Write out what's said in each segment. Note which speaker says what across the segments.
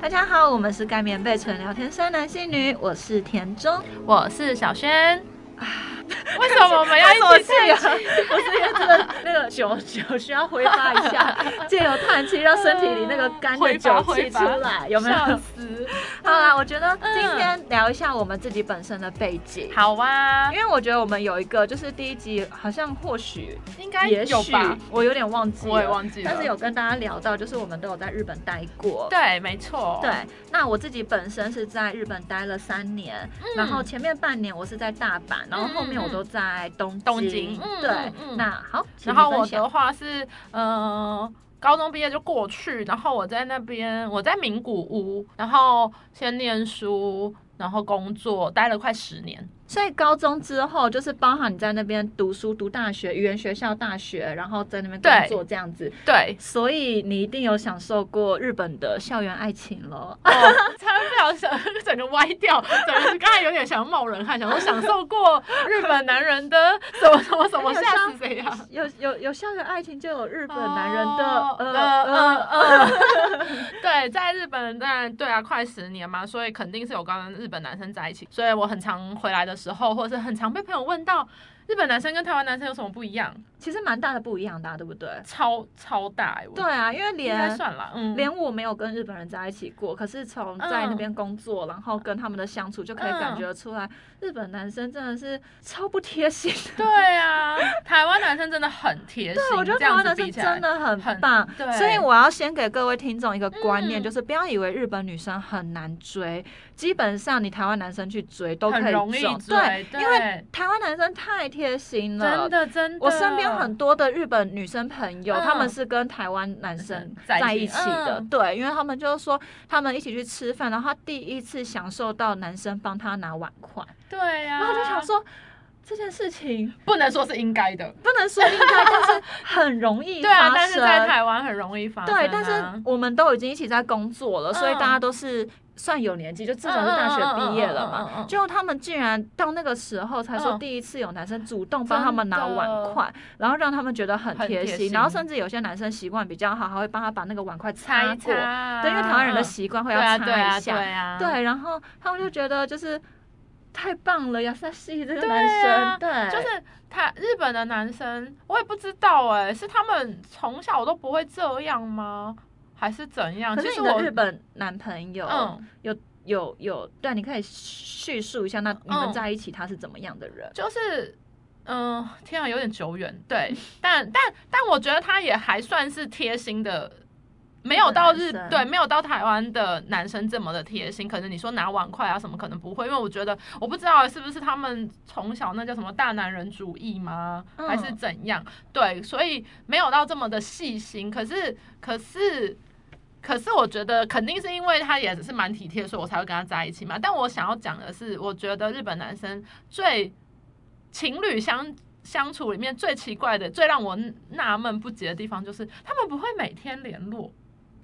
Speaker 1: 大家好，我们是盖棉被纯聊天生男性女，我是田中。
Speaker 2: 我是小轩。
Speaker 1: 啊
Speaker 2: 为什么我们要一哎起
Speaker 1: 叹
Speaker 2: 叹
Speaker 1: 气
Speaker 2: 气？
Speaker 1: 不是因为这个 那个酒酒需要挥发一 下，借由叹气让 身体里那个干的
Speaker 2: 挥发
Speaker 1: 酒气
Speaker 2: 挥
Speaker 1: 出
Speaker 2: 发
Speaker 1: 来，有没有？
Speaker 2: 笑死！
Speaker 1: 好啦，我觉得今天聊一下我们自己本身的背景。
Speaker 2: 好啊
Speaker 1: 因，为我觉得我们有一个，就是第一集好像或许
Speaker 2: 应该
Speaker 1: 也
Speaker 2: 有
Speaker 1: 许
Speaker 2: 吧？
Speaker 1: 我有点忘记了，
Speaker 2: 我也忘记了
Speaker 1: 但是有跟大家聊到，就是我们都有在日本待过。
Speaker 2: 对，没错。
Speaker 1: 对，那我自己本身是在日本待了三年，
Speaker 2: 嗯
Speaker 1: 然后前面半年我是在大阪，然后后面我都在东京。
Speaker 2: 东京嗯
Speaker 1: 对，
Speaker 2: 嗯嗯
Speaker 1: 那好，请
Speaker 2: 然
Speaker 1: 你
Speaker 2: 后我
Speaker 1: 分享
Speaker 2: 的话是，呃，高中毕业就过去，然后我在那边，我在名古屋，然后先念书，然后工作，待了快十年。
Speaker 1: 所以高中之后就是包含你在那边读书、读大学、语言学校、大学，然后在那边工
Speaker 2: 对
Speaker 1: 作这样子，
Speaker 2: 对，
Speaker 1: 所以你一定有享受过日本的校园爱情了。
Speaker 2: 哦，差点不小心整个歪掉，整个刚才有点想冒冷汗，想说享受过日本男人的什么什么什么，
Speaker 1: 有
Speaker 2: 吓
Speaker 1: 像
Speaker 2: 死谁呀、啊
Speaker 1: 有有有校园爱情，就有哎日本男人的、
Speaker 2: 哦
Speaker 1: 呃
Speaker 2: 呃
Speaker 1: 呃，
Speaker 2: 呃， 对，在日本当然对啊，快十年嘛，所以肯定是有跟日本男生在一起，所以我很常回来的时候，或者是很常被朋友问到日本男生跟台湾男生有什么不一样，
Speaker 1: 其实蛮大的不一样的啊、对不对？
Speaker 2: 超超大哎、我
Speaker 1: 对啊，因为
Speaker 2: 应该
Speaker 1: 连
Speaker 2: 算了，嗯，
Speaker 1: 连我没有跟日本人在一起过，可是从在那边工作，然后跟他们的相处，就可以感觉出来，日本男生真的是超不贴心的。
Speaker 2: 对啊，台湾男生真的很贴心，
Speaker 1: 对，我觉得
Speaker 2: 这
Speaker 1: 台
Speaker 2: 样
Speaker 1: 湾
Speaker 2: 子
Speaker 1: 男
Speaker 2: 比
Speaker 1: 生
Speaker 2: 起来
Speaker 1: 真的很
Speaker 2: 很
Speaker 1: 棒，
Speaker 2: 对
Speaker 1: 所以我要先给各位听众一个观念，
Speaker 2: 嗯
Speaker 1: 就是不要以为日本女生很难追，基本上你台湾男生去追都可
Speaker 2: 很
Speaker 1: 以
Speaker 2: 容易
Speaker 1: 中对，
Speaker 2: 追，
Speaker 1: 因为台湾男生太贴心了，
Speaker 2: 真的真的，
Speaker 1: 我身边很多的日本女生朋友，
Speaker 2: 嗯
Speaker 1: 她们是跟台湾男生
Speaker 2: 在一起
Speaker 1: 在一起的，
Speaker 2: 嗯
Speaker 1: 对，因为他们就是说，他们一起去吃饭，然后她第一次享受到男生帮她拿碗筷，
Speaker 2: 对呀、啊，
Speaker 1: 然后就想说。这件事情
Speaker 2: 不能说是应该的，
Speaker 1: 不能说应该，但是很容易
Speaker 2: 对啊，
Speaker 1: 发
Speaker 2: 但是在
Speaker 1: 生。
Speaker 2: 台湾很容易发生、啊，
Speaker 1: 对，但是我们都已经一起在工作了，所以
Speaker 2: 嗯
Speaker 1: 大家都是算有年纪，就至少是大学毕业了嘛。
Speaker 2: 嘛
Speaker 1: 就他们竟然到那个时候才说
Speaker 2: 嗯
Speaker 1: 第一次有男生主动帮他们拿碗筷，然后让他们觉得很贴
Speaker 2: 很贴
Speaker 1: 心，
Speaker 2: 心
Speaker 1: 然后甚至有些男生习惯比较好，还会帮他把那个碗筷
Speaker 2: 擦
Speaker 1: 擦
Speaker 2: 一
Speaker 1: 过，
Speaker 2: 擦，
Speaker 1: 对，因为台湾人的
Speaker 2: 习
Speaker 1: 习惯会
Speaker 2: 惯
Speaker 1: 要
Speaker 2: 啊，
Speaker 1: 擦
Speaker 2: 对啊，
Speaker 1: 一
Speaker 2: 对
Speaker 1: 下，
Speaker 2: 啊，
Speaker 1: 对，然后他们就觉得就是太棒了，亚萨西这个
Speaker 2: 对
Speaker 1: 男生，
Speaker 2: 啊
Speaker 1: 对，
Speaker 2: 就是他日本的男生，我也不知道哎、是他们从小都不会这样吗？还是怎样？
Speaker 1: 可
Speaker 2: 其
Speaker 1: 是
Speaker 2: 实
Speaker 1: 你的
Speaker 2: 我
Speaker 1: 日本男朋友，
Speaker 2: 嗯，
Speaker 1: 有有，对，你可以叙述一下，那你们
Speaker 2: 嗯
Speaker 1: 在一起他是怎么样的人？
Speaker 2: 就是。嗯，天啊，有点久远。对，但但但我觉得他也还算是贴心的，没有到日
Speaker 1: 日本男生
Speaker 2: 对，没有到台湾的男生这么的贴心。可能你说拿碗筷啊什么，可能不会，因为我觉得我不知道是不是他们从小那叫什么大男人主义吗，
Speaker 1: 嗯
Speaker 2: 还是怎样？对，所以没有到这么的细心。可是可是。可是我觉得肯定是因为他也是蛮体贴，所以我才会跟他在一起嘛。但我想要讲的是，我觉得日本男生最情侣相相处里面最奇怪的、最让我纳闷不解的地方，就是他们不会每天联络，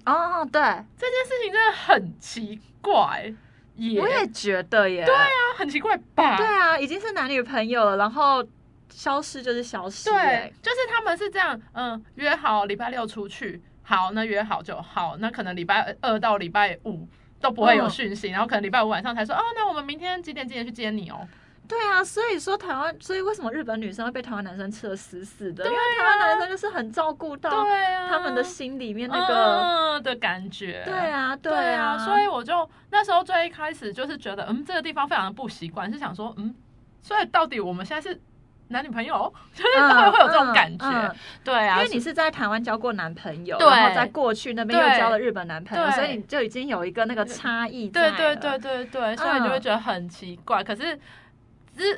Speaker 1: 哦，对，
Speaker 2: 这件事情真的很奇怪耶，
Speaker 1: 我也觉得耶，对啊，
Speaker 2: 很奇怪吧？
Speaker 1: 对啊，已经是男女朋友了，然后消失就是消失，
Speaker 2: 对，，就是他们是这样，嗯，约好礼拜六出去，好，那约好就好，那可能礼拜二到礼拜五。都不会有
Speaker 1: 嗯
Speaker 2: 讯息，然后可能礼拜五晚上才说，哦，那我们明天几点几点去接你哦。
Speaker 1: 对啊，所以说台湾，所以为什么日本女生会被台湾男生吃的死死的？因为台湾男生就是很照顾到
Speaker 2: 啊
Speaker 1: 他们的心里面那个，
Speaker 2: 嗯嗯嗯的感觉。
Speaker 1: 对啊，
Speaker 2: 对
Speaker 1: 啊，
Speaker 2: 啊，所以我就那时候最一开始就是觉得，嗯，这个地方非常的不习惯，是想说，嗯，所以到底我们现在是男女朋友， 就是会会有这种感觉，
Speaker 1: 嗯嗯
Speaker 2: 对
Speaker 1: 因
Speaker 2: 啊，
Speaker 1: 为你是在台湾交过男朋友，
Speaker 2: 对
Speaker 1: 然后在过去那边又
Speaker 2: 对
Speaker 1: 交了日本男朋友，
Speaker 2: 对
Speaker 1: 所以你就已经有一个那个差异在
Speaker 2: 对
Speaker 1: 了。嗯
Speaker 2: 对对对对，所以你就会觉得很奇怪，可是。知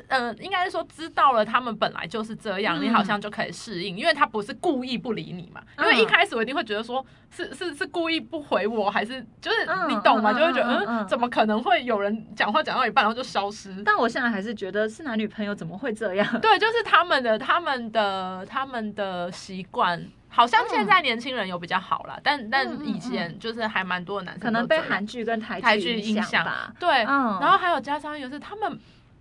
Speaker 2: 嗯、应该是说知道了，他们本来就是这样，
Speaker 1: 嗯
Speaker 2: 你好像就可以适应，因为他不是故意不理你嘛。因
Speaker 1: 嗯
Speaker 2: 为一开始我一定会觉得说，是是是故意不回我，还是就是
Speaker 1: 嗯
Speaker 2: 你懂吗？
Speaker 1: 嗯
Speaker 2: 就会觉得
Speaker 1: 嗯嗯嗯
Speaker 2: 嗯，怎么可能会有人讲话讲到一半然后就消失？
Speaker 1: 但我现在还是觉得是男女朋友怎么会这样？
Speaker 2: 对，就是他们的、他们的、他们的习惯，好像现在年轻人有比较好啦，但
Speaker 1: 嗯嗯
Speaker 2: 但以前就是还蛮多的男生
Speaker 1: 可能被
Speaker 2: 都这样
Speaker 1: 韩剧跟台
Speaker 2: 台
Speaker 1: 剧
Speaker 2: 剧
Speaker 1: 影
Speaker 2: 影
Speaker 1: 响
Speaker 2: 响
Speaker 1: 吧。
Speaker 2: 对，
Speaker 1: 嗯
Speaker 2: 然后还有加上一个是他们，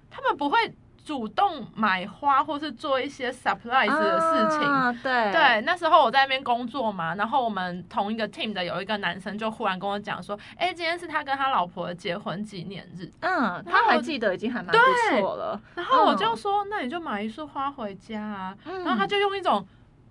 Speaker 2: 他们不会主动买花或是做一些 surprise 的事情。
Speaker 1: 啊、对
Speaker 2: 对，那时候我在那边工作嘛，然后我们同一个 team 的有一个男生就忽然跟我讲说，哎、今天是他跟他老婆的结婚纪念日，
Speaker 1: 嗯，
Speaker 2: 然后
Speaker 1: 他还
Speaker 2: 我
Speaker 1: 记得已经还蛮
Speaker 2: 对
Speaker 1: 不错了。
Speaker 2: 然后我就
Speaker 1: 嗯
Speaker 2: 说，那你就买一束花回家啊，
Speaker 1: 嗯
Speaker 2: 然后他就用一种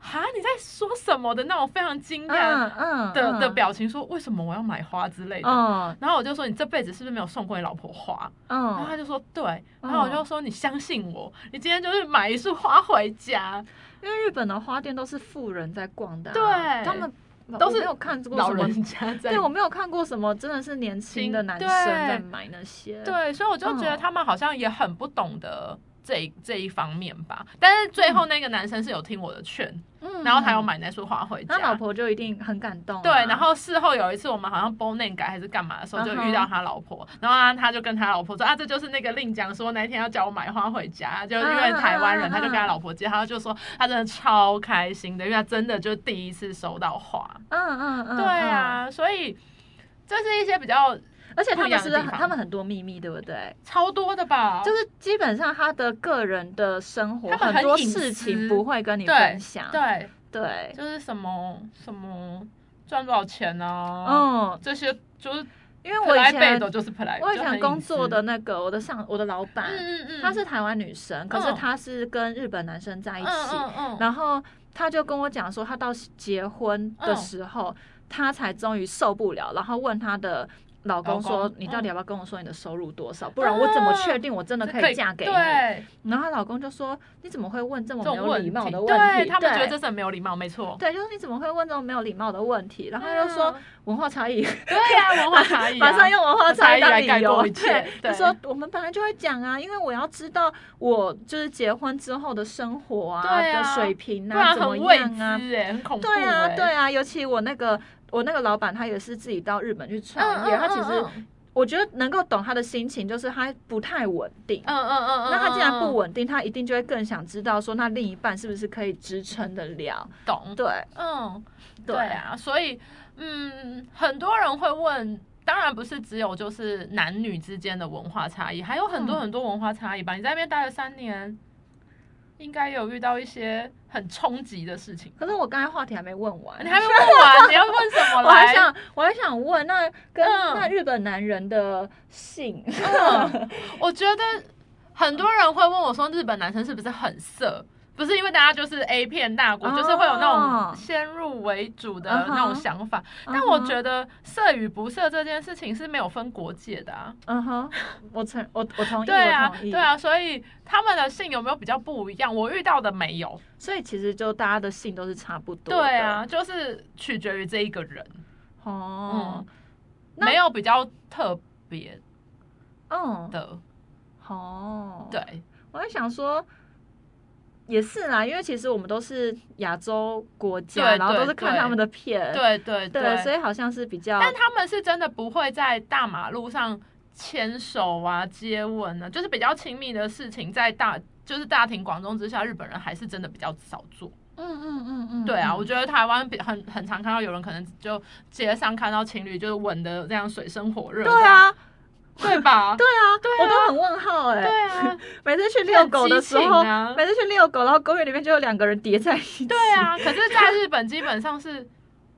Speaker 2: 啊你在说什么的那种非常惊讶
Speaker 1: 嗯嗯
Speaker 2: 的、
Speaker 1: 嗯
Speaker 2: 的表情，说为什么我要买花之类的。
Speaker 1: 嗯
Speaker 2: 然后我就说你这辈子是不是没有送过你老婆花？然后他
Speaker 1: 嗯，
Speaker 2: 就说对，然后我就说你相信我，你今天就是买一束花回家。
Speaker 1: 因为日本的花店都是富人在逛的啊、
Speaker 2: 对
Speaker 1: 他们
Speaker 2: 都
Speaker 1: 我
Speaker 2: 是
Speaker 1: 没有看过
Speaker 2: 老
Speaker 1: 什么
Speaker 2: 人。 家在
Speaker 1: 对，我没有看过什么真的是年轻的男
Speaker 2: 对
Speaker 1: 生在买那些。，
Speaker 2: 对，所以我就觉
Speaker 1: 嗯
Speaker 2: 得他们好像也很不懂得这一这一方面吧。但是最后那个男生是有听我的劝，
Speaker 1: 嗯
Speaker 2: 然后他有，买那束花回家。
Speaker 1: 那老婆就一定很感动啊、
Speaker 2: 对，然后事后有一次我们好像 b o n e 改还是干嘛的时
Speaker 1: 嗯
Speaker 2: 候，就遇到他老婆，然后他他就跟他老婆说啊，这就是那个令讲说那一天要叫我买花回家，就因为台湾
Speaker 1: 嗯
Speaker 2: 人，
Speaker 1: 嗯嗯
Speaker 2: 他就跟他老婆接，他就说他真的超开心的，因为他真的就第一次收到花。
Speaker 1: 嗯嗯嗯，
Speaker 2: 对啊，所以这是一些比较
Speaker 1: 嗯，而且他们是不是
Speaker 2: 不一样
Speaker 1: 很
Speaker 2: 的地方
Speaker 1: 他们很多秘密，对不对？
Speaker 2: 超多的吧，
Speaker 1: 就是基本上他的个人的生活
Speaker 2: 他们很
Speaker 1: 多
Speaker 2: 隐
Speaker 1: 事
Speaker 2: 私
Speaker 1: 情不会跟你
Speaker 2: 对
Speaker 1: 分享，
Speaker 2: 对。
Speaker 1: 对，
Speaker 2: 就是什么什么赚多少钱啊，
Speaker 1: 嗯，
Speaker 2: 这些就是
Speaker 1: 因为我
Speaker 2: play
Speaker 1: 以
Speaker 2: b
Speaker 1: 前
Speaker 2: a 就是 play，
Speaker 1: 我以前工作的，那个我的上我的老板，
Speaker 2: 嗯嗯嗯，
Speaker 1: 她是台湾女生，可是
Speaker 2: 嗯
Speaker 1: 她是跟日本男生在一
Speaker 2: 嗯
Speaker 1: 起，
Speaker 2: 嗯嗯，
Speaker 1: 然后她就跟我讲说，她到结婚的时
Speaker 2: 嗯
Speaker 1: 候，她才终于受不了，然后问她的。老公
Speaker 2: 老
Speaker 1: 说
Speaker 2: 公：“
Speaker 1: 你到底要不要跟我说你的收入多少？不
Speaker 2: 啊
Speaker 1: 然我怎么确定我真的
Speaker 2: 这
Speaker 1: 可以嫁给你？”
Speaker 2: 嗯对，
Speaker 1: 然后她老公就说：“你怎么会问这么
Speaker 2: 这
Speaker 1: 没
Speaker 2: 种
Speaker 1: 有
Speaker 2: 问
Speaker 1: 礼貌的
Speaker 2: 对
Speaker 1: 题？”
Speaker 2: 他们觉得
Speaker 1: 对
Speaker 2: 这是很没有礼貌，没错。
Speaker 1: 对，就是你怎么会问这种没有礼貌的问题？然后她就说
Speaker 2: 嗯，
Speaker 1: 文化差异，
Speaker 2: 对呀，文化差异啊，
Speaker 1: 马上用文化差异当理
Speaker 2: 差异来概括
Speaker 1: 由，
Speaker 2: 一切对
Speaker 1: 就说我们本来就会讲啊，因为我要知道我就是结婚之后的生活啊
Speaker 2: 对啊
Speaker 1: 的水平
Speaker 2: 不然
Speaker 1: 怎么
Speaker 2: 很未
Speaker 1: 样啊，
Speaker 2: 知哎，很恐怖
Speaker 1: 对啊，
Speaker 2: 哎，
Speaker 1: 对啊，尤其我那个。我那个老板他也是自己到日本去
Speaker 2: 嗯，嗯
Speaker 1: 创业，他其实
Speaker 2: 嗯
Speaker 1: 我觉得能够懂他的心情，就是他不太稳定。
Speaker 2: 嗯嗯嗯，
Speaker 1: 那他既然不
Speaker 2: 稳
Speaker 1: 稳定，他一定就会更想知道说，那另一半是不是可以支撑得了？
Speaker 2: 懂，
Speaker 1: 对
Speaker 2: 嗯，对
Speaker 1: 对，
Speaker 2: 啊，所以嗯，很多人会问，当然不是只有就是男女之间的文化差异，还有很多
Speaker 1: 嗯
Speaker 2: 很多文化差异吧。你在那边待了三年，应该有遇到一些很冲击的事情。
Speaker 1: 可是我刚才话题还没问 完，
Speaker 2: 你还没问完，你要问什么
Speaker 1: 我还
Speaker 2: 来？
Speaker 1: 想，我还想问，那跟、
Speaker 2: 嗯
Speaker 1: 那日本男人的 性，
Speaker 2: 我觉得很多人会问我说，日本男生是不是很色？不是因为大家就是 A 片大国，
Speaker 1: 哦
Speaker 2: 就是会有那种先入为主的那种
Speaker 1: 嗯哼
Speaker 2: 想法。但我
Speaker 1: 得，
Speaker 2: 觉得色与不色这件事情是没有分国界的啊。
Speaker 1: 嗯哼， 我承，我我同意，
Speaker 2: 对啊
Speaker 1: 我，同意，
Speaker 2: 对。啊，所以他们的性有没有比较不一样？我遇到的没有。
Speaker 1: 所以其实就大家的性都是差不多，
Speaker 2: 对啊，，就是取决于这一个人，嗯
Speaker 1: 哦，那
Speaker 2: 没有比较特别
Speaker 1: 嗯，
Speaker 2: 的。
Speaker 1: 哦，，
Speaker 2: 对，
Speaker 1: 我还想说。也是啦，因为其实我们都是亚洲国家，
Speaker 2: 对
Speaker 1: 然后都
Speaker 2: 对
Speaker 1: 是看他们的片，
Speaker 2: 对对
Speaker 1: 呃对所以好啊像是比较，
Speaker 2: 但他们是真的不会在大马路上牵手啊、接吻啊，就是比较亲密的事情，在大就是大庭广众之下，日本人还是真的比较少做。
Speaker 1: 嗯嗯嗯嗯，
Speaker 2: 对啊，我
Speaker 1: 嗯
Speaker 2: 觉得台湾比很很常看到有人可能就街上看到情侣就是吻的这样水深火热。
Speaker 1: 对，啊，
Speaker 2: 对吧？
Speaker 1: 对啊，我都很问号 哎、
Speaker 2: 对啊，
Speaker 1: 每次去遛狗的时候，
Speaker 2: 很激情啊
Speaker 1: 每次去遛狗，然后公园里面就有两个人叠在一起。
Speaker 2: 对啊，可是在日本基本上是，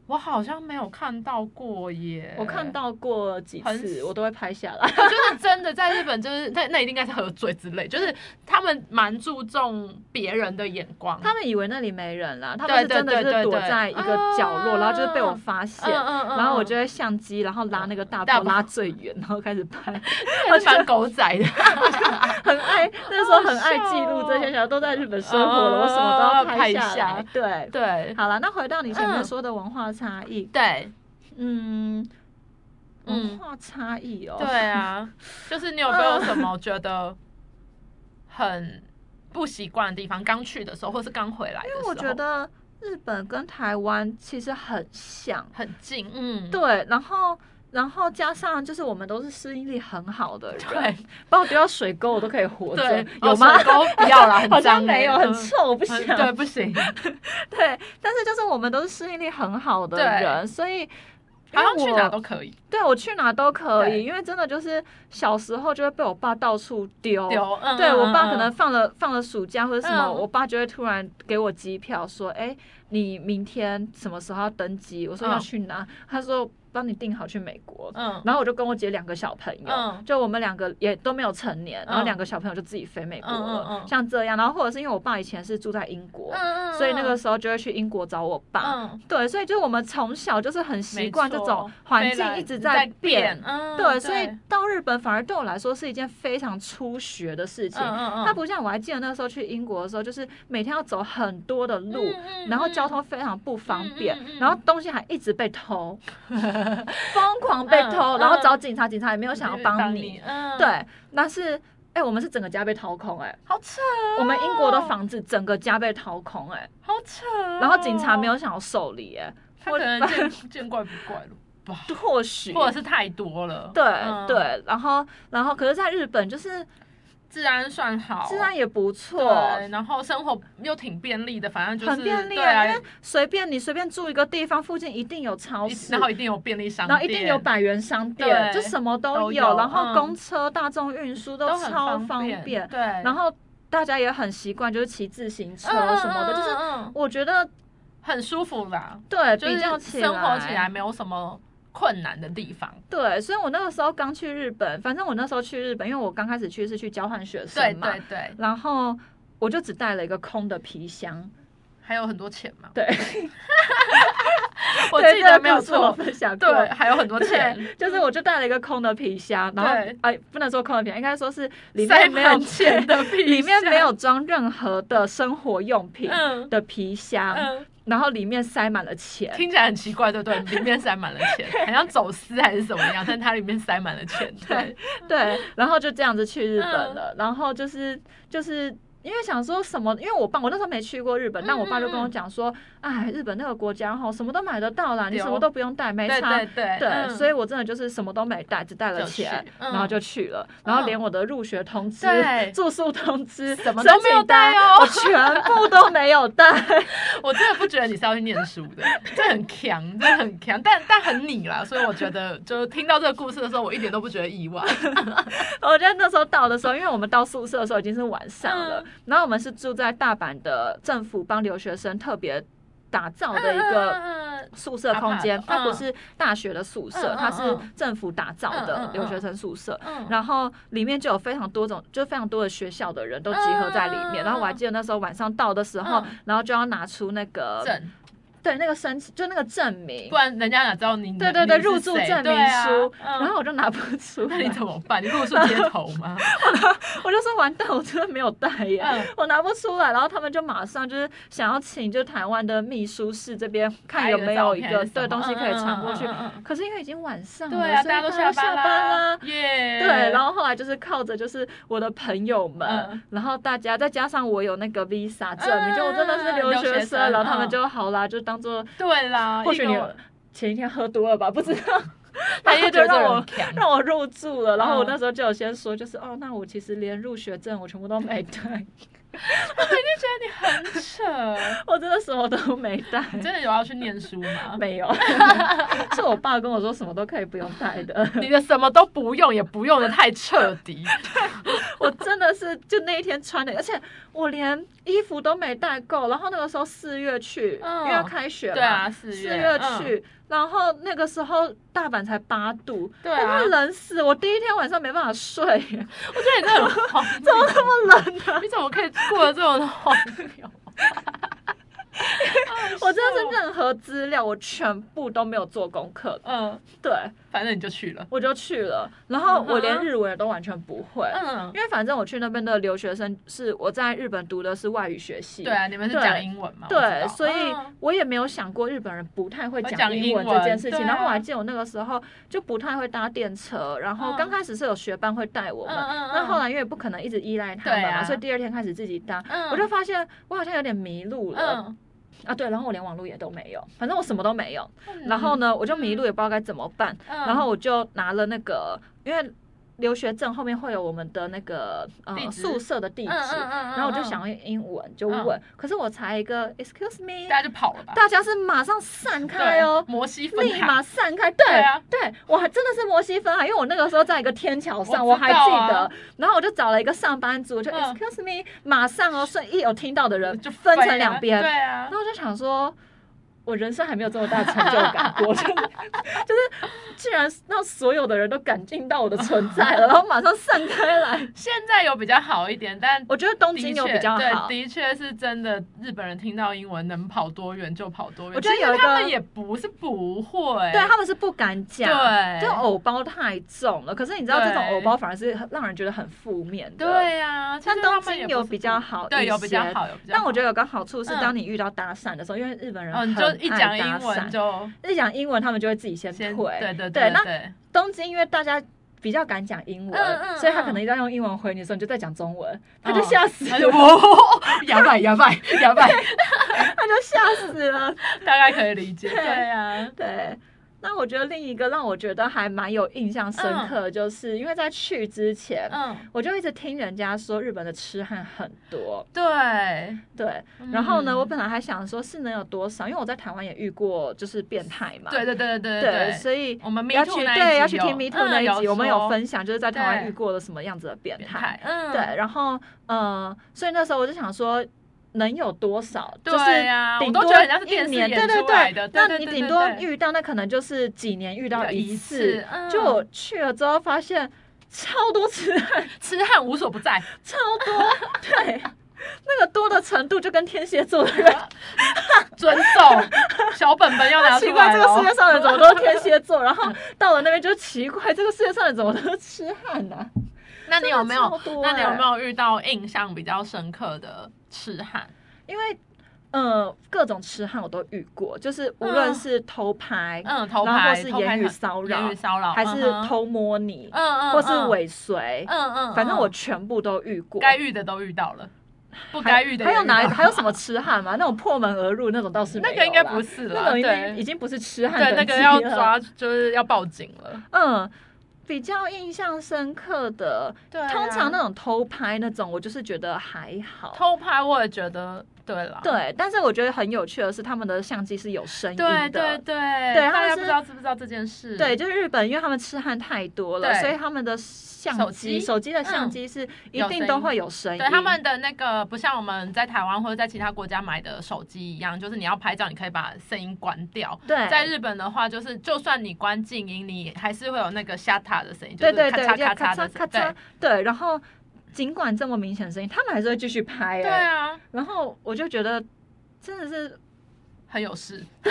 Speaker 2: 我好像没有看到过耶。
Speaker 1: 我看，到过几次，
Speaker 2: 很
Speaker 1: 我都会拍下来。
Speaker 2: 就是真的在日本，就是那那一定应该是喝醉之类，就是他们蛮注重别人的眼 光。
Speaker 1: 他们以为那里没人啦，他们是
Speaker 2: 对
Speaker 1: 真的
Speaker 2: 对
Speaker 1: 是躲
Speaker 2: 对对
Speaker 1: 在一个角落，
Speaker 2: 啊
Speaker 1: 然后就是被我发现，
Speaker 2: 嗯
Speaker 1: 然后我就会相机，然后拉那个大
Speaker 2: 大
Speaker 1: 炮
Speaker 2: 炮
Speaker 1: 拉最远，然后开始 拍。
Speaker 2: 还是蛮狗仔的，
Speaker 1: 很爱那时候很爱记录这些，
Speaker 2: 好好笑哦
Speaker 1: 然后都在日本生活了，我什么都
Speaker 2: 啊
Speaker 1: 要
Speaker 2: 拍
Speaker 1: 拍
Speaker 2: 一
Speaker 1: 下
Speaker 2: 下
Speaker 1: 来。 对，
Speaker 2: 对
Speaker 1: 好了，那回到你前面
Speaker 2: 嗯
Speaker 1: 说的文化差异，
Speaker 2: 对
Speaker 1: 嗯，文
Speaker 2: 嗯
Speaker 1: 化差异哦，
Speaker 2: 对啊，就是你有没有什么觉得很不习惯的地方？刚去的时候，或是刚回来的时
Speaker 1: 因为
Speaker 2: 候，
Speaker 1: 我觉得日本跟台湾其实很像，
Speaker 2: 很近，嗯，
Speaker 1: 对，然后。然后加上就是我们都是适应力很好的人，
Speaker 2: 对，
Speaker 1: 把我丢到水沟我都可以活着
Speaker 2: 对，，
Speaker 1: 有吗？
Speaker 2: 都不要啦，很
Speaker 1: 哦好像
Speaker 2: 脏
Speaker 1: 没有，
Speaker 2: 欸
Speaker 1: 很
Speaker 2: 嗯
Speaker 1: 臭，我不想。
Speaker 2: 嗯 对，不行，
Speaker 1: 对但是就是我们都是适应力很好的
Speaker 2: 对
Speaker 1: 人，所以
Speaker 2: 好像去
Speaker 1: 因为
Speaker 2: 哪
Speaker 1: 我
Speaker 2: 都可以
Speaker 1: 对我去哪都可
Speaker 2: 对
Speaker 1: 以，因为真的就是小时候就会被我爸到处丢。
Speaker 2: 丢。嗯
Speaker 1: 对
Speaker 2: 嗯
Speaker 1: 我爸
Speaker 2: 嗯
Speaker 1: 可能放了放了暑假或者什么，
Speaker 2: 嗯
Speaker 1: 我爸就会突然给我机票，说：“哎、你明天什么时候要登机？”我说
Speaker 2: 嗯
Speaker 1: 要去哪，他说帮你订好去美国。
Speaker 2: 嗯
Speaker 1: 然后我就跟我姐两个小朋友，
Speaker 2: 嗯
Speaker 1: 就我们两个也都没有成年，然后
Speaker 2: 嗯
Speaker 1: 两个小朋友就自己飞美国
Speaker 2: 嗯嗯
Speaker 1: 了，
Speaker 2: 嗯
Speaker 1: 像这样。然后或者是因为我爸以前是住在英国，
Speaker 2: 嗯
Speaker 1: 所以那个时候就会去英国找我爸。
Speaker 2: 嗯
Speaker 1: 对，所以就是我们从小就是很习惯
Speaker 2: 没
Speaker 1: 这
Speaker 2: 错
Speaker 1: 种环
Speaker 2: 飞
Speaker 1: 境
Speaker 2: 来
Speaker 1: 一直
Speaker 2: 在
Speaker 1: 变。
Speaker 2: 嗯
Speaker 1: 对，所以到日本反而对我来说是一件非常初学的事情。
Speaker 2: 嗯嗯嗯
Speaker 1: 它不像我还记得那时候去英国的时候，就是每天要走很多的路，
Speaker 2: 嗯嗯
Speaker 1: 然后
Speaker 2: 嗯
Speaker 1: 交通非常不方便，
Speaker 2: 嗯嗯嗯嗯
Speaker 1: 然后东西还一直被 偷，疯狂被偷，
Speaker 2: 嗯
Speaker 1: 然后
Speaker 2: 嗯
Speaker 1: 找警察，警察也没有想要帮
Speaker 2: 你，
Speaker 1: 你。
Speaker 2: 嗯，，
Speaker 1: 对，那是哎、我们是整个家被掏空哎、
Speaker 2: 好扯，
Speaker 1: 我们英国的
Speaker 2: 哦
Speaker 1: 房子整个家被掏空哎、
Speaker 2: 好扯哦，
Speaker 1: 然后警察没有想要受理哎、
Speaker 2: 他
Speaker 1: 我
Speaker 2: 可能 见见怪不怪了吧，
Speaker 1: 或许
Speaker 2: 或者是太多了，
Speaker 1: 对、
Speaker 2: 嗯，
Speaker 1: 对，然后然后可是在日本就是
Speaker 2: 治安算好，
Speaker 1: 治安也不错。
Speaker 2: 对，然后生活又挺便利的，反正就是
Speaker 1: 很便利
Speaker 2: 对
Speaker 1: 啊，
Speaker 2: 啊
Speaker 1: 因为随便你随便住一个地方，附近一定有超
Speaker 2: 一
Speaker 1: 市，
Speaker 2: 然后一定有便利商店，
Speaker 1: 然后一定有百元商店，
Speaker 2: 对
Speaker 1: 就什么都有，
Speaker 2: 都有
Speaker 1: 然后
Speaker 2: 嗯
Speaker 1: 公车、大众运输
Speaker 2: 都很
Speaker 1: 超
Speaker 2: 便，
Speaker 1: 便，
Speaker 2: 对，然
Speaker 1: 然后大家也很习惯，就是骑自行车
Speaker 2: 嗯
Speaker 1: 什么的，
Speaker 2: 嗯嗯
Speaker 1: 就是
Speaker 2: 嗯嗯
Speaker 1: 我觉得
Speaker 2: 很舒服啦，
Speaker 1: 对
Speaker 2: 就
Speaker 1: 比
Speaker 2: 是
Speaker 1: 较起
Speaker 2: 生活起来没有什么困难的地方，
Speaker 1: 对，所以我那个时候刚去日本，反正我那时候去日本，因为我刚开始去是去交换学
Speaker 2: 对
Speaker 1: 生嘛，
Speaker 2: 对对，
Speaker 1: 然后我就只带了一个空的皮箱，
Speaker 2: 还有很多钱嘛，
Speaker 1: 对，
Speaker 2: 我
Speaker 1: 对
Speaker 2: 记
Speaker 1: 这
Speaker 2: 得
Speaker 1: 个
Speaker 2: 没有
Speaker 1: 故事我
Speaker 2: 错，
Speaker 1: 分享过，
Speaker 2: 对，还有很多钱，
Speaker 1: 对，就是我就带了一个空的皮箱，然后
Speaker 2: 对
Speaker 1: 哎、不能说空的皮箱，应该说是里
Speaker 2: 塞
Speaker 1: 面没有
Speaker 2: 满钱的皮箱，
Speaker 1: 里面没有装任何的生活用品
Speaker 2: 嗯
Speaker 1: 的皮箱，
Speaker 2: 嗯，
Speaker 1: 然后里面塞满了钱。
Speaker 2: 听起来很奇怪，对不对？里面塞满了 钱，好像走私还是怎么样，但它里面塞满了钱，对，
Speaker 1: 对，然后就这样子去日本
Speaker 2: 嗯
Speaker 1: 了，然后就是就是。因为想说什么，因为我爸我那时候没去过日本，
Speaker 2: 嗯
Speaker 1: 但我爸就跟我
Speaker 2: 嗯嗯
Speaker 1: 讲说，哎，日本那个国家哈，什么都买得到啦，你
Speaker 2: 有
Speaker 1: 什么都不用带，没
Speaker 2: 对
Speaker 1: 差
Speaker 2: 对。对
Speaker 1: 对，
Speaker 2: 嗯
Speaker 1: 所以我真的就是什么都没带，只带了
Speaker 2: 就去
Speaker 1: 钱，
Speaker 2: 嗯
Speaker 1: 然后就去了，然后连我的入学通知、
Speaker 2: 对
Speaker 1: 住宿通知
Speaker 2: 什么都没有带哦
Speaker 1: 申请单我全部都没有带。
Speaker 2: 我真的不觉得你是要去念书的，这很强，真的很强，但但很你啦，所以我觉得，就听到这个故事的时候，我一点都不觉得意 外。
Speaker 1: 我觉得那时候到的时候，因为我们到宿舍的时候已经是晚上了，
Speaker 2: 嗯
Speaker 1: 然后我们是住在大阪的政府帮留学生特别打造的一
Speaker 2: 嗯
Speaker 1: 个
Speaker 2: 个
Speaker 1: 宿舍空间
Speaker 2: 嗯，
Speaker 1: 它不是大学的宿舍，
Speaker 2: 嗯嗯
Speaker 1: 它是政府打造
Speaker 2: 嗯嗯
Speaker 1: 的
Speaker 2: 嗯
Speaker 1: 留学生宿舍。
Speaker 2: 嗯，
Speaker 1: 然后里面就有非常多种，就非常多的学校的人都集合在里面。
Speaker 2: 嗯
Speaker 1: 然后我还记得那时候晚上到的时候，
Speaker 2: 嗯
Speaker 1: 然后就要拿出那个
Speaker 2: 证，
Speaker 1: 对那个申请，就那个证明
Speaker 2: 不，然人家哪知道你
Speaker 1: 对对对，
Speaker 2: 你是
Speaker 1: 入住
Speaker 2: 谁
Speaker 1: 证明
Speaker 2: 对啊
Speaker 1: 书。
Speaker 2: 嗯
Speaker 1: 然后我就拿不出
Speaker 2: 那
Speaker 1: 来，
Speaker 2: 你怎么办？你露宿街头吗？
Speaker 1: 我就说完蛋，我真的没有带耶。
Speaker 2: 嗯
Speaker 1: 我拿不出来，然后他们就马上就是想要请就台湾的秘书室这边 看有没有一个对东西可以传过去
Speaker 2: 嗯，嗯嗯嗯嗯
Speaker 1: 可是因为已经晚上了，
Speaker 2: 对啊，
Speaker 1: 所以
Speaker 2: 大家都
Speaker 1: 下
Speaker 2: 班
Speaker 1: 班啦。
Speaker 2: 耶。
Speaker 1: 对，然后后来就是靠着就是我的朋友们，
Speaker 2: 嗯
Speaker 1: 然后大家再加上我有那个 Visa 证明，
Speaker 2: 嗯
Speaker 1: 就我真的是留
Speaker 2: 留
Speaker 1: 学
Speaker 2: 学
Speaker 1: 生，
Speaker 2: 生
Speaker 1: 然后他
Speaker 2: 嗯
Speaker 1: 们就好啦，就当做
Speaker 2: 对啦，
Speaker 1: 或许
Speaker 2: 一
Speaker 1: 你
Speaker 2: 个
Speaker 1: 前一天喝多了吧，不知 道。
Speaker 2: 半
Speaker 1: 半
Speaker 2: 夜
Speaker 1: 夜
Speaker 2: 就
Speaker 1: 就
Speaker 2: 让
Speaker 1: 让
Speaker 2: 我
Speaker 1: 我
Speaker 2: 强
Speaker 1: 让我入住了，然后我
Speaker 2: 嗯
Speaker 1: 那时候就有先说，就是哦，那我其实连入学证我全部都没带，
Speaker 2: 很扯。
Speaker 1: 我真的什么都没带，
Speaker 2: 你真的有要去念书吗？
Speaker 1: 没有， 是我爸跟我说什么都可以不用带的，
Speaker 2: 你的什么都不用，也不用的太彻底。
Speaker 1: 我真的是就那一天穿的，而且我连衣服都没带够，然后那个时候四月去，
Speaker 2: 嗯
Speaker 1: 因为要开学嘛，
Speaker 2: 对啊，四
Speaker 1: 四
Speaker 2: 月
Speaker 1: 月，嗯去，然后那个时候大阪才八度，哎
Speaker 2: 对啊
Speaker 1: 我快冷死，我第一天晚上没办法睡，
Speaker 2: 嗯我觉得你真的很荒谬，
Speaker 1: 这么冷啊！
Speaker 2: 你怎么可以过得这么荒谬？
Speaker 1: 我 真的是任何资料我全部都没有做功课，
Speaker 2: 嗯，
Speaker 1: 对
Speaker 2: 反正你就去了，
Speaker 1: 我就去了，然后我
Speaker 2: 嗯
Speaker 1: 连
Speaker 2: 哼
Speaker 1: 日文都完全不会，
Speaker 2: 嗯，
Speaker 1: 因为反正我去那边的留学生是我在日本读的是外语学系，
Speaker 2: 对啊，你们是
Speaker 1: 对
Speaker 2: 讲英文嘛？我知
Speaker 1: 对，
Speaker 2: 道
Speaker 1: 所以
Speaker 2: 嗯
Speaker 1: 我也没有想过日本人不太会
Speaker 2: 会讲
Speaker 1: 讲
Speaker 2: 英
Speaker 1: 英文
Speaker 2: 文
Speaker 1: 这件事情。
Speaker 2: 对啊
Speaker 1: 然后我还记得我那个时候就不太会搭电车，然后
Speaker 2: 嗯
Speaker 1: 刚开始是有学班会带我们，
Speaker 2: 嗯嗯嗯
Speaker 1: 那后来因为不可能一直依赖他
Speaker 2: 对
Speaker 1: 们嘛，
Speaker 2: 啊
Speaker 1: 所以第二天开始自己搭。
Speaker 2: 嗯
Speaker 1: 我就发现我好像有点迷路了、
Speaker 2: 嗯，
Speaker 1: 啊，对，然后我连网络也都没有，反正我什么都没有。
Speaker 2: 嗯
Speaker 1: 然后，呢，我就迷路，也不知道该怎么办。
Speaker 2: 嗯
Speaker 1: 然后，我就拿了那个，因为留学证后面会有我们的那个呃
Speaker 2: 地址
Speaker 1: 宿舍的
Speaker 2: 嗯
Speaker 1: 地址，然
Speaker 2: 然
Speaker 1: 后我就想用英文就
Speaker 2: 嗯
Speaker 1: 问，可是我才一个 excuse
Speaker 2: 大
Speaker 1: me，
Speaker 2: 家就跑了吧，
Speaker 1: 大家是马上散开
Speaker 2: 对
Speaker 1: 哦，
Speaker 2: 摩西分
Speaker 1: 立
Speaker 2: 海，
Speaker 1: 马散开，对
Speaker 2: 对啊
Speaker 1: 对我还真的是摩西分海，因为我那个时候在一个天桥上，我
Speaker 2: 我
Speaker 1: 还
Speaker 2: 知道
Speaker 1: 记
Speaker 2: 啊
Speaker 1: 得，然后我就找了一个上班族，就
Speaker 2: 嗯
Speaker 1: Excuse me，马上哦，所以一有听到的人
Speaker 2: 就
Speaker 1: 分
Speaker 2: 飞
Speaker 1: 成
Speaker 2: 了
Speaker 1: 两边，
Speaker 2: 对
Speaker 1: 然
Speaker 2: 啊
Speaker 1: 后，我就想说。我人生还没有这么大成就感过，真的就是，既然让所有的人都感应到我的存在 了，然后马上散开来。
Speaker 2: 现在有比较好一点，但
Speaker 1: 我觉得东
Speaker 2: 的
Speaker 1: 京
Speaker 2: 确
Speaker 1: 有比较好，
Speaker 2: 对，的确是真的。日本人听到英文能跑多远就跑多远，
Speaker 1: 我觉得
Speaker 2: 其实
Speaker 1: 有一个
Speaker 2: 他们也不是不会，
Speaker 1: 对他们是不敢讲，
Speaker 2: 对
Speaker 1: 就偶包太重了。可是你知道，
Speaker 2: 对
Speaker 1: 这种偶包反而是很让人觉得很负面的。
Speaker 2: 对啊，其
Speaker 1: 但
Speaker 2: 实
Speaker 1: 东
Speaker 2: 他们
Speaker 1: 京
Speaker 2: 也不
Speaker 1: 有
Speaker 2: 是
Speaker 1: 比
Speaker 2: 不
Speaker 1: 较好
Speaker 2: 对，
Speaker 1: 一
Speaker 2: 有比较
Speaker 1: 些
Speaker 2: 好，有比较好。
Speaker 1: 但我觉得有个好处是，
Speaker 2: 嗯
Speaker 1: 当你遇到搭讪的时候，因为日本人
Speaker 2: 嗯，
Speaker 1: 很
Speaker 2: 你就一
Speaker 1: 爱
Speaker 2: 讲
Speaker 1: 搭
Speaker 2: 英文
Speaker 1: 讪，
Speaker 2: 就
Speaker 1: 一讲英文，他们就会自己先退。
Speaker 2: 先对对
Speaker 1: 对那
Speaker 2: 对，
Speaker 1: 东京因为大家比较敢讲英文，
Speaker 2: 嗯嗯
Speaker 1: 所以他
Speaker 2: 嗯
Speaker 1: 可能一旦用英文回你的时候，你就在讲中文，他
Speaker 2: 嗯
Speaker 1: 就吓死
Speaker 2: 他就
Speaker 1: 了，
Speaker 2: 哦，哑巴哑巴哑 巴，
Speaker 1: 他就吓死了。
Speaker 2: 大概可以理解。
Speaker 1: 对
Speaker 2: 对啊，
Speaker 1: 对，那我觉得另一个让我觉得还蛮有印象深刻，的就是因为在去之前。
Speaker 2: 嗯，
Speaker 1: 我就一直听人家说日本的痴汉很多，
Speaker 2: 对。
Speaker 1: 对。然后呢，
Speaker 2: 嗯
Speaker 1: 我本来还想说是能有多少，因为我在台湾也遇过就是变态嘛，
Speaker 2: 对对对对对，
Speaker 1: 所以
Speaker 2: 我们 Me
Speaker 1: 要
Speaker 2: Too
Speaker 1: 去
Speaker 2: 那一
Speaker 1: 对
Speaker 2: 集
Speaker 1: 要去
Speaker 2: 有
Speaker 1: 听 Me Too
Speaker 2: 嗯
Speaker 1: 那一集，
Speaker 2: 有
Speaker 1: 我们有
Speaker 2: 说
Speaker 1: 分享就是在台湾
Speaker 2: 对
Speaker 1: 遇过了什么样子的变
Speaker 2: 变
Speaker 1: 态，
Speaker 2: 态，嗯，
Speaker 1: 对，然后呃，所以那时候我就想说。能有多少？就是
Speaker 2: 对呀，
Speaker 1: 顶
Speaker 2: 我
Speaker 1: 多
Speaker 2: 都觉得人家是
Speaker 1: 一
Speaker 2: 电视
Speaker 1: 年，
Speaker 2: 演
Speaker 1: 对对
Speaker 2: 出来的，
Speaker 1: 对。那
Speaker 2: 对
Speaker 1: 你
Speaker 2: 对
Speaker 1: 顶
Speaker 2: 对
Speaker 1: 多
Speaker 2: 对
Speaker 1: 遇到，那可能就是几年遇到
Speaker 2: 一
Speaker 1: 一次。，
Speaker 2: 嗯
Speaker 1: 就我去了之后发现，超多痴汉，
Speaker 2: 痴汉无所不在，
Speaker 1: 超多， 对，那个多的程度就跟天蝎座的 人
Speaker 2: 尊重小本本要 拿出
Speaker 1: 奇怪，
Speaker 2: 来
Speaker 1: 这个
Speaker 2: 咯
Speaker 1: 世界上的人怎么都是天蝎 座？然后到了那边就奇怪，这个世界上的人怎么都是痴汉啊呢、
Speaker 2: 那你有没有
Speaker 1: 真的超多？欸
Speaker 2: 那你有没有遇到印象比较深刻的痴汉？
Speaker 1: 因为呃，各种痴汉我都遇过，就是无论是偷拍，
Speaker 2: 嗯，头
Speaker 1: 然后
Speaker 2: 牌，
Speaker 1: 是
Speaker 2: 偷拍
Speaker 1: 言语
Speaker 2: 很
Speaker 1: 骚扰
Speaker 2: 言语骚扰，
Speaker 1: 还是
Speaker 2: 嗯哼，
Speaker 1: 偷摸你，
Speaker 2: 嗯嗯，
Speaker 1: 或是
Speaker 2: 嗯，
Speaker 1: 尾随，
Speaker 2: 嗯嗯，
Speaker 1: 反正我
Speaker 2: 嗯
Speaker 1: 全部都遇过。
Speaker 2: 该遇的都遇到了，不
Speaker 1: 还
Speaker 2: 该遇的
Speaker 1: 还
Speaker 2: 也
Speaker 1: 有
Speaker 2: 遇到
Speaker 1: 哪
Speaker 2: 了
Speaker 1: 还有什么痴汉吗？那种破门而入那种倒是没
Speaker 2: 那
Speaker 1: 有
Speaker 2: 个应该
Speaker 1: 啦
Speaker 2: 不是
Speaker 1: 那
Speaker 2: 了，
Speaker 1: 种已
Speaker 2: 对
Speaker 1: 经已经不是痴汉
Speaker 2: 对那
Speaker 1: 等级
Speaker 2: 个要
Speaker 1: 了
Speaker 2: 抓就是要报警了，
Speaker 1: 嗯。比较印象深刻的，
Speaker 2: 对啊，
Speaker 1: 通常那种偷拍那种，我就是觉得还好。
Speaker 2: 偷拍我也觉得对了，
Speaker 1: 对，但是我觉得很有趣的是，他们的相机是有声音
Speaker 2: 对
Speaker 1: 的。
Speaker 2: 对对，
Speaker 1: 对他们是
Speaker 2: 大家不知道知不知道这件事？
Speaker 1: 对就是日本，因为他们痴汉太多了，
Speaker 2: 对
Speaker 1: 所以他们的相
Speaker 2: 手
Speaker 1: 机、
Speaker 2: 机嗯
Speaker 1: 手机的相机是一
Speaker 2: 有
Speaker 1: 定
Speaker 2: 声
Speaker 1: 都
Speaker 2: 音
Speaker 1: 会有声音。
Speaker 2: 对他们的那个不像我们在台湾或者在其他国家买的手机一样，就是你要拍照，你可以把声音关掉。
Speaker 1: 对
Speaker 2: 在日本的话，就是就算你关静音，你还是会有那个下塔的声音，就
Speaker 1: 对对
Speaker 2: 是咔
Speaker 1: 对，
Speaker 2: 嚓
Speaker 1: 要
Speaker 2: 咔
Speaker 1: 咔
Speaker 2: 嚓
Speaker 1: 嚓
Speaker 2: 的
Speaker 1: 咔
Speaker 2: 声
Speaker 1: 嚓
Speaker 2: 音。，
Speaker 1: 对，然后。尽管这么明显的声音，他们还是会继续拍、
Speaker 2: 对
Speaker 1: 欸。
Speaker 2: 对啊，
Speaker 1: 然后我就觉得，真的 是，
Speaker 2: 很有事，是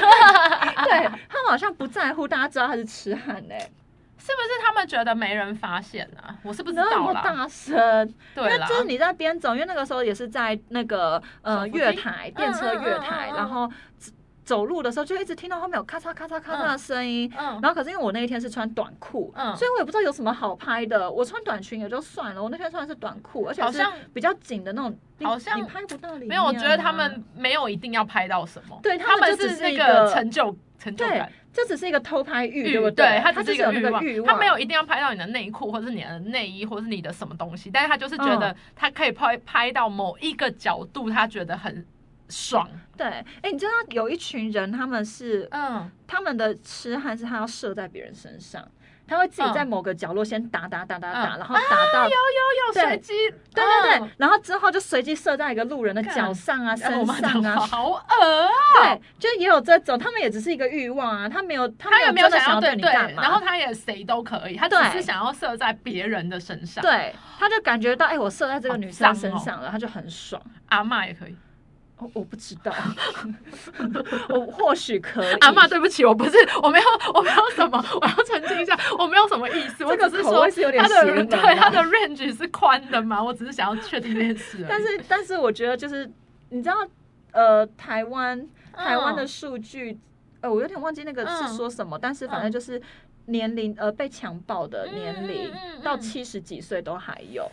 Speaker 1: 对他们好像不在乎大家知道他是痴汉哎、欸，
Speaker 2: 不是他们觉得没人发现啊？我是不知
Speaker 1: 那
Speaker 2: 道
Speaker 1: 么
Speaker 2: 啦，
Speaker 1: 大声，因
Speaker 2: 对
Speaker 1: 为
Speaker 2: 啦，
Speaker 1: 就是你在边走，因为那个时候也是在那个呃
Speaker 2: 手扶梯
Speaker 1: 月台、电车月
Speaker 2: 嗯
Speaker 1: 台，
Speaker 2: 嗯嗯嗯
Speaker 1: 然后走走路的时候就一直听到后面有咔嚓咔嚓咔嚓的声音。
Speaker 2: 嗯
Speaker 1: 然后可是因为我那一天是穿短裤，
Speaker 2: 嗯
Speaker 1: 所以我也不知道有什么好拍的。我穿短裙也就算了，我那天穿的是短裤，而且
Speaker 2: 好
Speaker 1: 是
Speaker 2: 像
Speaker 1: 比较紧的那种，你
Speaker 2: 好像
Speaker 1: 你拍不到里面啊。
Speaker 2: 没有，我觉得他们没有一定要拍到什么，
Speaker 1: 啊对他
Speaker 2: 他
Speaker 1: 们就只
Speaker 2: 是
Speaker 1: 是一
Speaker 2: 那
Speaker 1: 个
Speaker 2: 个成就成就
Speaker 1: 对
Speaker 2: 感。
Speaker 1: 这只是一个偷拍欲，对不
Speaker 2: 欲对，
Speaker 1: 他
Speaker 2: 他只
Speaker 1: 就是有
Speaker 2: 一个
Speaker 1: 那个欲望，
Speaker 2: 他没有一定要拍到你的内裤，或者是你的内衣，或者是你的什么东西，但是他就是觉
Speaker 1: 嗯
Speaker 2: 得他可以拍拍到某一个角度，他觉得很爽。
Speaker 1: 对。哎，你知道有一群人，他们是
Speaker 2: 嗯，
Speaker 1: 他们的痴汉是他要射在别人身上，他会自己在
Speaker 2: 嗯
Speaker 1: 某个角落先打打打打打，
Speaker 2: 嗯
Speaker 1: 然后打到
Speaker 2: 有有
Speaker 1: 对
Speaker 2: 随机，
Speaker 1: 对对对
Speaker 2: 嗯，，
Speaker 1: 然后之后就随机射在一个路人的
Speaker 2: 干
Speaker 1: 脚上啊、
Speaker 2: 哎我
Speaker 1: 身
Speaker 2: 妈
Speaker 1: 上
Speaker 2: 讲话
Speaker 1: 啊，
Speaker 2: 好恶啊，
Speaker 1: 对，就也有这种，他们也只是一个欲望啊，他没有，他
Speaker 2: 他也
Speaker 1: 有
Speaker 2: 没
Speaker 1: 真
Speaker 2: 有
Speaker 1: 的
Speaker 2: 想
Speaker 1: 要
Speaker 2: 对
Speaker 1: 你
Speaker 2: 对，
Speaker 1: 干嘛，
Speaker 2: 然后他也谁都可以，他只
Speaker 1: 对
Speaker 2: 是想要射在别人的身上，，
Speaker 1: 对，他就感觉到，哎，我射在这个
Speaker 2: 好哦
Speaker 1: 女生
Speaker 2: 脏
Speaker 1: 身
Speaker 2: 哦
Speaker 1: 上了，他就很爽。
Speaker 2: 阿嬷也可以。
Speaker 1: 哦我不知道， 我或许可以。
Speaker 2: 阿嬷，对不起，我不是，我没有，我没有什么，我要澄清一下，我没有什么意思，我
Speaker 1: 这个
Speaker 2: 只是
Speaker 1: 口
Speaker 2: 说
Speaker 1: 味是有点
Speaker 2: 他
Speaker 1: 邪
Speaker 2: 的
Speaker 1: 门
Speaker 2: 对他
Speaker 1: 啊，
Speaker 2: 的 range 是宽的吗？我只是想要确定这件事而已。
Speaker 1: 但是但是我觉得就是你知道，呃，台湾台湾的
Speaker 2: 嗯
Speaker 1: 数据，呃，我有点忘记那个是
Speaker 2: 嗯
Speaker 1: 说什么，但是反
Speaker 2: 嗯
Speaker 1: 正就是年龄，呃，被强暴的年龄
Speaker 2: 嗯嗯嗯
Speaker 1: 到
Speaker 2: 嗯
Speaker 1: 七十几岁都还有，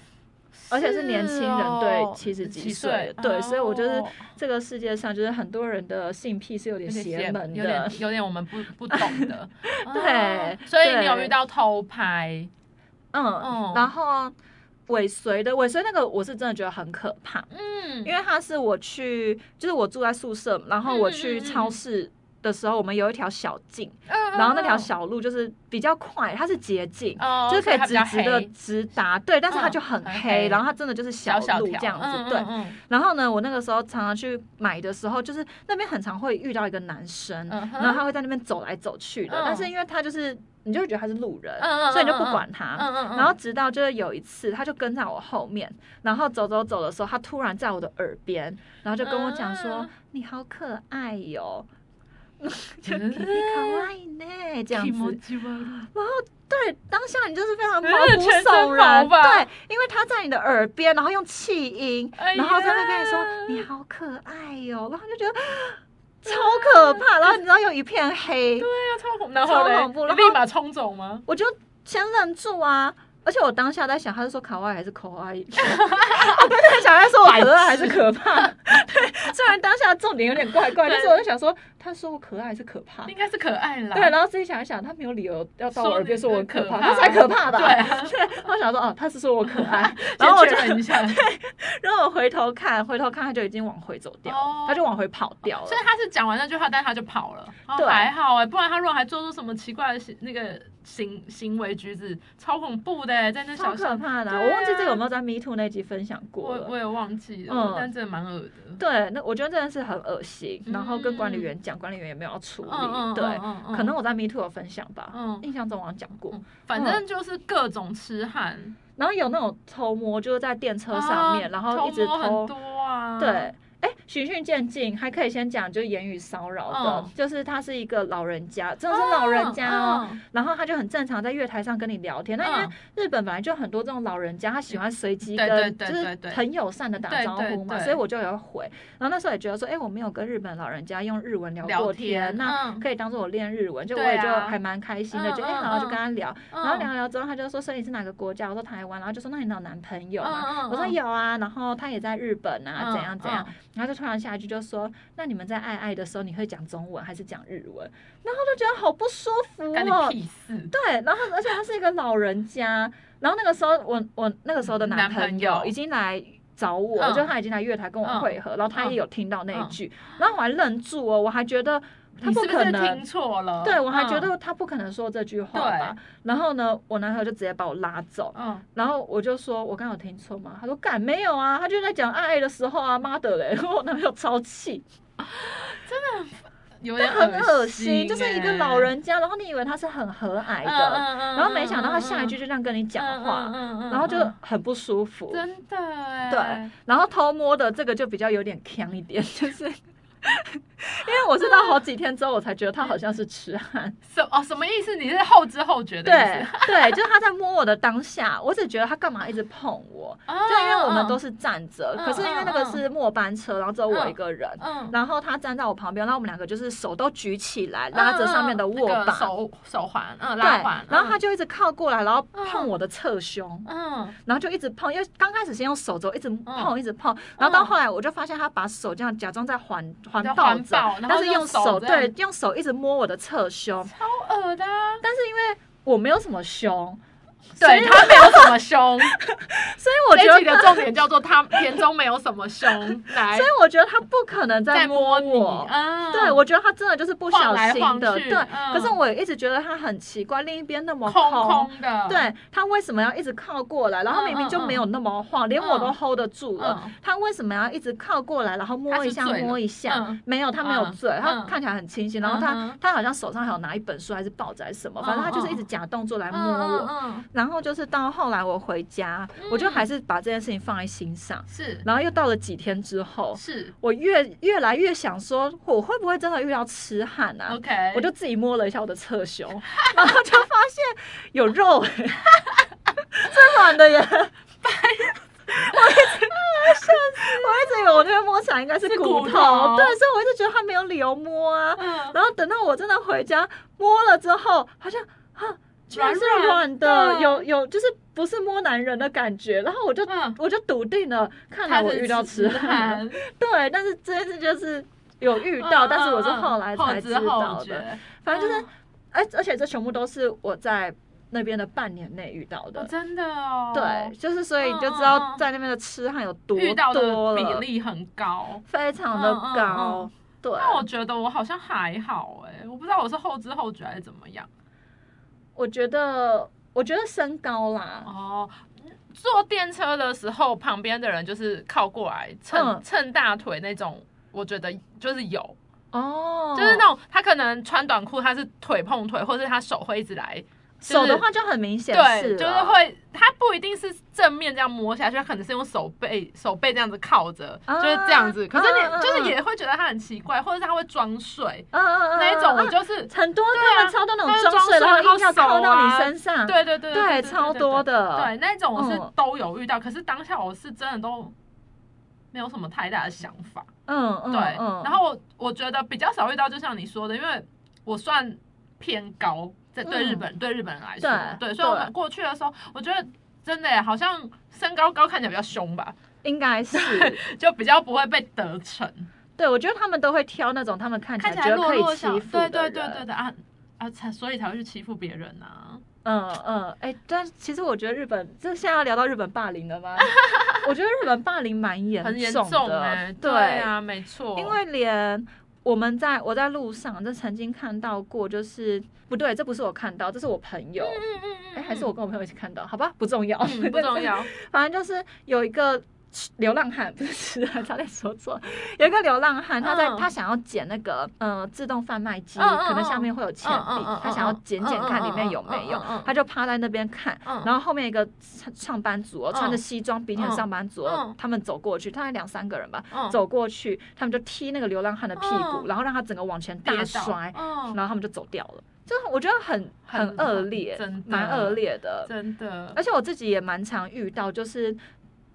Speaker 1: 而且是年轻人对七十几岁，对，所以我就是
Speaker 2: 哦
Speaker 1: 这个世界上就是很多人的性癖是有点
Speaker 2: 有点
Speaker 1: 邪门
Speaker 2: 有点
Speaker 1: 的， 。
Speaker 2: 有点我们不不懂的
Speaker 1: 对
Speaker 2: 哦所以你有
Speaker 1: 对
Speaker 2: 遇到偷拍？哦
Speaker 1: 嗯，然后尾随的尾随那个我是真的觉得很可怕，
Speaker 2: 嗯，
Speaker 1: 因为它是我去，就是我住在宿舍，然后我
Speaker 2: 嗯
Speaker 1: 去超市的时候，我们有一条小径，然
Speaker 2: 然
Speaker 1: 后那条小路就是比较快，它是捷径。
Speaker 2: 嗯哦，
Speaker 1: 就是可
Speaker 2: 所
Speaker 1: 以
Speaker 2: 它比
Speaker 1: 直
Speaker 2: 较
Speaker 1: 直的
Speaker 2: 黑
Speaker 1: 直达，对，但是它
Speaker 2: 嗯
Speaker 1: 就很
Speaker 2: 很黑
Speaker 1: 黑，然后它真的就是
Speaker 2: 小小
Speaker 1: 路
Speaker 2: 条
Speaker 1: 这样
Speaker 2: 嗯
Speaker 1: 子，对
Speaker 2: 嗯。嗯
Speaker 1: 然后呢，我那个时候常常去买的时候，就是那边很常会遇到一个男生，
Speaker 2: 嗯哼
Speaker 1: 然后他会在那边走来走去的，
Speaker 2: 嗯
Speaker 1: 但是因为他就是你就会觉得他是路人，
Speaker 2: 嗯嗯嗯
Speaker 1: 所以你就不管他。
Speaker 2: 嗯嗯嗯，
Speaker 1: 然后直到就是有一次，他就跟在我后面，然后走走走的时候，他突然在我的耳边，然后就跟我讲说：“
Speaker 2: 嗯
Speaker 1: 你好可爱哟、
Speaker 2: 就
Speaker 1: 你可爱呢。”这样子，对，当下你就是非常毛
Speaker 2: 嗯
Speaker 1: 骨
Speaker 2: 全身
Speaker 1: 悚
Speaker 2: 毛
Speaker 1: 然，
Speaker 2: 吧
Speaker 1: 对，因为他在你的耳边，然后用气音，
Speaker 2: 哎呀
Speaker 1: 然后在那边说你好可爱哟、然后就觉得 超可 怕，然后你知道有一片黑
Speaker 2: 对，啊，超恐，然后
Speaker 1: 超
Speaker 2: 嘞
Speaker 1: 恐怖
Speaker 2: 你
Speaker 1: 然
Speaker 2: 立
Speaker 1: 后
Speaker 2: 马冲走吗？
Speaker 1: 我就先愣住啊。而且我当下在想，他是说卡哇伊还是可爱？我当时在想，他说我可爱还是可怕？对，虽然当下重点有点怪怪，
Speaker 2: 对
Speaker 1: 但是我就想说，他说我可爱还是可怕？
Speaker 2: 应该是可爱啦，
Speaker 1: 对，然后自己想一想，他没有理由要到我
Speaker 2: 说
Speaker 1: 耳边
Speaker 2: 你
Speaker 1: 说我
Speaker 2: 是
Speaker 1: 很可
Speaker 2: 可
Speaker 1: 怕，
Speaker 2: 怕
Speaker 1: 他才可怕吧？
Speaker 2: 对啊
Speaker 1: 对，我想说，哦，他是说我可 爱，然
Speaker 2: 然
Speaker 1: 后
Speaker 2: 后
Speaker 1: 我
Speaker 2: 确
Speaker 1: 就
Speaker 2: 认一下，
Speaker 1: 然后我回头看，回头看他就已经往回走掉了，
Speaker 2: 哦
Speaker 1: 他就往回跑掉了
Speaker 2: 所以。他是讲完那句话，但他就跑了，哦
Speaker 1: 对
Speaker 2: 还好哎、不然他如果还做出什么奇怪的行那个行行为举止，超恐怖的、欸在那
Speaker 1: 超
Speaker 2: 小
Speaker 1: 可
Speaker 2: 巷，
Speaker 1: 怕的啊、
Speaker 2: 对啊
Speaker 1: 我忘记这个有没有在 Me Too 那集分享过
Speaker 2: 我我
Speaker 1: 了。
Speaker 2: 也忘记了，
Speaker 1: 嗯
Speaker 2: 但真的蛮恶的。
Speaker 1: 对，那我觉得真的是很恶心。然后跟
Speaker 2: 嗯
Speaker 1: 管理员讲，管理员也没有要处理。
Speaker 2: 嗯嗯，
Speaker 1: 对，
Speaker 2: 嗯
Speaker 1: 可能我在 Me Too 有分享吧，
Speaker 2: 嗯
Speaker 1: 印象中好像讲过。
Speaker 2: 嗯反正就是各种痴汉，
Speaker 1: 然后有那种偷摸，就是在电车上面，
Speaker 2: 啊
Speaker 1: 然后一直
Speaker 2: 偷
Speaker 1: 偷
Speaker 2: 摸很。多啊，
Speaker 1: 对，哎，循序渐进，还可以先讲就是言语骚扰的，
Speaker 2: 嗯
Speaker 1: 就是他是一个老人家，真
Speaker 2: 嗯，
Speaker 1: 的是老人家哦。
Speaker 2: 嗯，
Speaker 1: 然后他就很正常在月台上跟你聊天。那因为日本本来就很多这种老人家，他喜欢随机
Speaker 2: 对
Speaker 1: 跟就
Speaker 2: 对对
Speaker 1: 是
Speaker 2: 对对
Speaker 1: 很友善的打招
Speaker 2: 对
Speaker 1: 呼
Speaker 2: 对
Speaker 1: 嘛，
Speaker 2: 对
Speaker 1: 所以我就有回。然后那时候也觉得说，哎，我没有跟日本老人家用日文聊
Speaker 2: 聊
Speaker 1: 过
Speaker 2: 天
Speaker 1: 那
Speaker 2: 嗯
Speaker 1: 可以当做我练日文，就我
Speaker 2: 对
Speaker 1: 也就
Speaker 2: 啊
Speaker 1: 还蛮开心的，
Speaker 2: 嗯
Speaker 1: 就哎，
Speaker 2: 嗯
Speaker 1: 然后就
Speaker 2: 嗯
Speaker 1: 跟他聊，然后
Speaker 2: 嗯
Speaker 1: 聊聊之后，他就说，所以你是哪个国家？我说台湾，然后就说那你有男朋友
Speaker 2: 嗯
Speaker 1: 吗
Speaker 2: 嗯？
Speaker 1: 我说
Speaker 2: 嗯
Speaker 1: 有啊，然后他也在日本啊，
Speaker 2: 嗯
Speaker 1: 怎样怎样
Speaker 2: 嗯。
Speaker 1: 然后就突然下一句就说，那你们在爱爱的时候，你会讲中文还是讲日文？然后就觉得好不舒服
Speaker 2: 嗯干
Speaker 1: 哦
Speaker 2: 你，屁事，
Speaker 1: 对，然后而且他是一个老人家，然后那个时候我我那个时候的
Speaker 2: 男
Speaker 1: 男
Speaker 2: 朋
Speaker 1: 朋
Speaker 2: 友
Speaker 1: 友已经来找我，
Speaker 2: 嗯
Speaker 1: 就他已经来月台跟我
Speaker 2: 嗯
Speaker 1: 会合，然后他
Speaker 2: 嗯
Speaker 1: 也有听到那一
Speaker 2: 嗯
Speaker 1: 句，然后我还愣住哦，我还觉得他
Speaker 2: 你是不
Speaker 1: 可
Speaker 2: 是
Speaker 1: 能，
Speaker 2: 听错了？
Speaker 1: 对我还觉
Speaker 2: 嗯，
Speaker 1: 得他不可能说这句话吧。然后呢，我男朋友就直接把我拉走，
Speaker 2: 嗯，
Speaker 1: 然后我就说我刚刚有听错吗？他说干没有啊，他就在讲爱爱的时候啊，妈的嘞！ 然后我男朋友超气，
Speaker 2: 有
Speaker 1: 但
Speaker 2: 点
Speaker 1: 很恶
Speaker 2: 心，欸
Speaker 1: 心，就是一个老。人家，然后你以为他是很和蔼
Speaker 2: 嗯
Speaker 1: 的。
Speaker 2: 嗯嗯
Speaker 1: 然后没想到他
Speaker 2: 嗯
Speaker 1: 下一句就这样跟你讲话，
Speaker 2: 嗯嗯嗯嗯
Speaker 1: 然后就
Speaker 2: 嗯
Speaker 1: 很不舒服。
Speaker 2: 真的哎，
Speaker 1: 对，然后偷摸的这个就比较有点强一点，就是 因为我是到好几天之后，我才觉得他好像是痴 汉。
Speaker 2: 什哦什么意思？你是后知后觉的
Speaker 1: 对
Speaker 2: 意思？
Speaker 1: 对，就是他在摸我的当下，我只觉得他干嘛一直碰我，
Speaker 2: 啊
Speaker 1: 就因为我们都
Speaker 2: 是
Speaker 1: 是站着，
Speaker 2: 嗯
Speaker 1: 可是因为那个
Speaker 2: 嗯嗯
Speaker 1: 是末班车，然后只有我一个人。
Speaker 2: 嗯，
Speaker 1: 然后他站在我旁边，然后我们两个就是手都举起来，拉着上面的
Speaker 2: 嗯嗯嗯
Speaker 1: 握
Speaker 2: 那个
Speaker 1: 把，
Speaker 2: 手手环，嗯，
Speaker 1: 对
Speaker 2: 拉环，，
Speaker 1: 然后
Speaker 2: 嗯
Speaker 1: 他就一直靠过来，然后碰
Speaker 2: 嗯
Speaker 1: 我的侧胸，
Speaker 2: 嗯
Speaker 1: 然后就一直碰，因为刚开始先用手肘一直碰，
Speaker 2: 嗯
Speaker 1: 一直碰，然后到后来我就发现他把手这样假装在环环
Speaker 2: 在
Speaker 1: 抱
Speaker 2: 环
Speaker 1: 着
Speaker 2: 抱然，后
Speaker 1: 但是
Speaker 2: 用
Speaker 1: 用
Speaker 2: 手
Speaker 1: 手
Speaker 2: 这样
Speaker 1: 对用手一直摸我的侧 胸，
Speaker 2: 超恶的啊，
Speaker 1: 但是因为我没有什么胸，所以
Speaker 2: 对他没有什么胸，
Speaker 1: 所以 我觉
Speaker 2: 这一集的
Speaker 1: 得，
Speaker 2: 重点叫做他田中没有什么 胸，来
Speaker 1: 所以我觉得他不可能在
Speaker 2: 在摸你
Speaker 1: 我，。
Speaker 2: 嗯，
Speaker 1: 对，我觉得他真的就是不
Speaker 2: 晃
Speaker 1: 小
Speaker 2: 来
Speaker 1: 心
Speaker 2: 晃
Speaker 1: 的，
Speaker 2: 去
Speaker 1: 对。
Speaker 2: 嗯
Speaker 1: 可是我也一直觉得他很奇怪，另一边那么
Speaker 2: 空空的，
Speaker 1: 对他为什么要一直靠过来？然后明明就没有那么晃，连我都
Speaker 2: 嗯
Speaker 1: hold 得住了。
Speaker 2: 嗯
Speaker 1: 他为什么要一直靠过来，然后摸一下
Speaker 2: 他是醉了
Speaker 1: 摸一下？
Speaker 2: 嗯
Speaker 1: 没有，他没有
Speaker 2: 嗯
Speaker 1: 醉，他
Speaker 2: 嗯
Speaker 1: 看起来很清醒。然后他、
Speaker 2: 嗯哼
Speaker 1: 他好像手上还有拿一本书还是报纸还是什么，反正他就是一直假动作来
Speaker 2: 嗯，
Speaker 1: 摸
Speaker 2: 嗯
Speaker 1: 我。
Speaker 2: 嗯嗯，
Speaker 1: 然后就是到后来我回家，我就还是把这件事情放在心上。
Speaker 2: 是
Speaker 1: 然后又到了几天之后，
Speaker 2: 是
Speaker 1: 我越越来越想说，我会不会真的遇到痴汉啊？
Speaker 2: ，OK，
Speaker 1: 我就自己摸了一下我的侧 胸，然后就发现有肉、欸，是软的耶！我一直，我一直以为我那边摸起来应该是
Speaker 2: 是
Speaker 1: 骨头，
Speaker 2: 骨头
Speaker 1: 对，所以我一直觉得他没有理由摸啊。
Speaker 2: 嗯
Speaker 1: 然后等到我真的回家摸了之后，好像啊，居然是
Speaker 2: 软软
Speaker 1: 软
Speaker 2: 的
Speaker 1: 的，有有就是不是摸男人的感觉，然后我就。
Speaker 2: 嗯，
Speaker 1: 我就笃定了，看来我遇到痴汉，
Speaker 2: 他是直男，
Speaker 1: 对，但是这件事就是有遇到，
Speaker 2: 嗯
Speaker 1: 但是我是
Speaker 2: 嗯嗯
Speaker 1: 后来才
Speaker 2: 后
Speaker 1: 知
Speaker 2: 知后
Speaker 1: 道的。
Speaker 2: 觉，哦
Speaker 1: 反正就是
Speaker 2: 嗯，
Speaker 1: 而、而且这全部都是我在那边的半年内遇到的。
Speaker 2: 哦，真的哦，
Speaker 1: 对，，就是所以你就知
Speaker 2: 嗯嗯
Speaker 1: 道
Speaker 2: 嗯
Speaker 1: 在那边的痴汉有多
Speaker 2: 遇到
Speaker 1: 多
Speaker 2: 的
Speaker 1: 了，
Speaker 2: 比例很高。
Speaker 1: 非常的
Speaker 2: 嗯嗯
Speaker 1: 高。
Speaker 2: 嗯
Speaker 1: 对，
Speaker 2: 但我觉得我好像还好哎、我不知道我是后知后觉还是怎么样。
Speaker 1: 我觉得，我觉得身高啦，
Speaker 2: 哦，坐电车的时候，旁边的人就是靠过来蹭
Speaker 1: 嗯
Speaker 2: 蹭大腿那种，我觉得就是有，
Speaker 1: 哦，
Speaker 2: 就是那种他可能穿短裤，他是腿碰腿，或是他手会一直来，就是
Speaker 1: 手的话就很明显
Speaker 2: 对，
Speaker 1: 是
Speaker 2: 就是
Speaker 1: 了
Speaker 2: 会，他不一定是正面这样摸下去，他可能是用手背手背这样子靠着，
Speaker 1: 啊
Speaker 2: 就是这样子。可是
Speaker 1: 嗯嗯
Speaker 2: 你就是
Speaker 1: 嗯
Speaker 2: 也会觉得他很奇怪，或者是他会装睡
Speaker 1: 嗯嗯嗯，
Speaker 2: 那一种，我
Speaker 1: 嗯
Speaker 2: 就是
Speaker 1: 很多
Speaker 2: 对啊
Speaker 1: 他们超多那
Speaker 2: 他们
Speaker 1: 种装
Speaker 2: 装
Speaker 1: 睡，
Speaker 2: 睡
Speaker 1: 然后
Speaker 2: 然后
Speaker 1: 硬要
Speaker 2: 手
Speaker 1: 靠到
Speaker 2: 啊
Speaker 1: 你身上，
Speaker 2: 对对对
Speaker 1: 对，超多
Speaker 2: 的。
Speaker 1: 的，
Speaker 2: 对，那一种我是
Speaker 1: 嗯
Speaker 2: 都有遇到，可是当下我是真的都没有什么太大的想法。
Speaker 1: 嗯嗯
Speaker 2: 对，
Speaker 1: 嗯，
Speaker 2: 然后我我觉得比较少遇到，就像你说的，因为我算偏高，在对日本、对日本人来说，
Speaker 1: 对
Speaker 2: 所以我
Speaker 1: 对
Speaker 2: 们过去的时候，我觉得真的耶好像身高高看起来比较凶吧，
Speaker 1: 应该是，
Speaker 2: 就比较不会被得逞，
Speaker 1: 对我觉得他们都会挑那种他们看起
Speaker 2: 看
Speaker 1: 来
Speaker 2: 起来
Speaker 1: 觉得
Speaker 2: 弱
Speaker 1: 可以
Speaker 2: 弱
Speaker 1: 欺
Speaker 2: 小，
Speaker 1: 负的
Speaker 2: 对对对
Speaker 1: 人
Speaker 2: 对的啊啊，才所以才会去欺负别人啊。
Speaker 1: 嗯嗯，哎，但其实我觉得日本，这现在要聊到日本霸凌了 吗？我觉得日本霸凌蛮严
Speaker 2: 很严
Speaker 1: 重
Speaker 2: 重
Speaker 1: 的，
Speaker 2: 哎、对
Speaker 1: 对
Speaker 2: 啊，没错，
Speaker 1: 因为连我们在我在路上，就曾经看到过，就是不对，这不是我看到，这是我朋友，
Speaker 2: 嗯嗯嗯，
Speaker 1: 哎、还是我跟我朋友一起看到，好吧，不重要，
Speaker 2: 嗯不重，要，
Speaker 1: 反正就是有一个。流浪汉 不是痴汉，差点说错。有一个流浪汉，他在、
Speaker 2: 嗯
Speaker 1: 他想要捡那个呃自动贩卖机，
Speaker 2: 嗯嗯嗯
Speaker 1: 可能下面会有钱币，
Speaker 2: 嗯嗯嗯嗯
Speaker 1: 他想要捡捡看里面有没有，
Speaker 2: 嗯嗯嗯嗯嗯
Speaker 1: 他就趴在那边看。
Speaker 2: 嗯
Speaker 1: 然后后面一个上上班族、哦，
Speaker 2: 嗯
Speaker 1: 穿着西装笔挺的上班族、哦，
Speaker 2: 嗯
Speaker 1: 他们走过去，大概两三个人吧，
Speaker 2: 嗯
Speaker 1: 走过去，他们就踢那个流浪汉的屁股，
Speaker 2: 嗯
Speaker 1: 然后让他整个往前
Speaker 2: 跌
Speaker 1: 大
Speaker 2: 倒
Speaker 1: 摔，
Speaker 2: 嗯
Speaker 1: 然后他们就走掉了。就是我觉得很
Speaker 2: 很
Speaker 1: 很恶劣
Speaker 2: 真的，
Speaker 1: 蛮恶劣的。
Speaker 2: 真的，
Speaker 1: 而且我自己也蛮常遇到，就是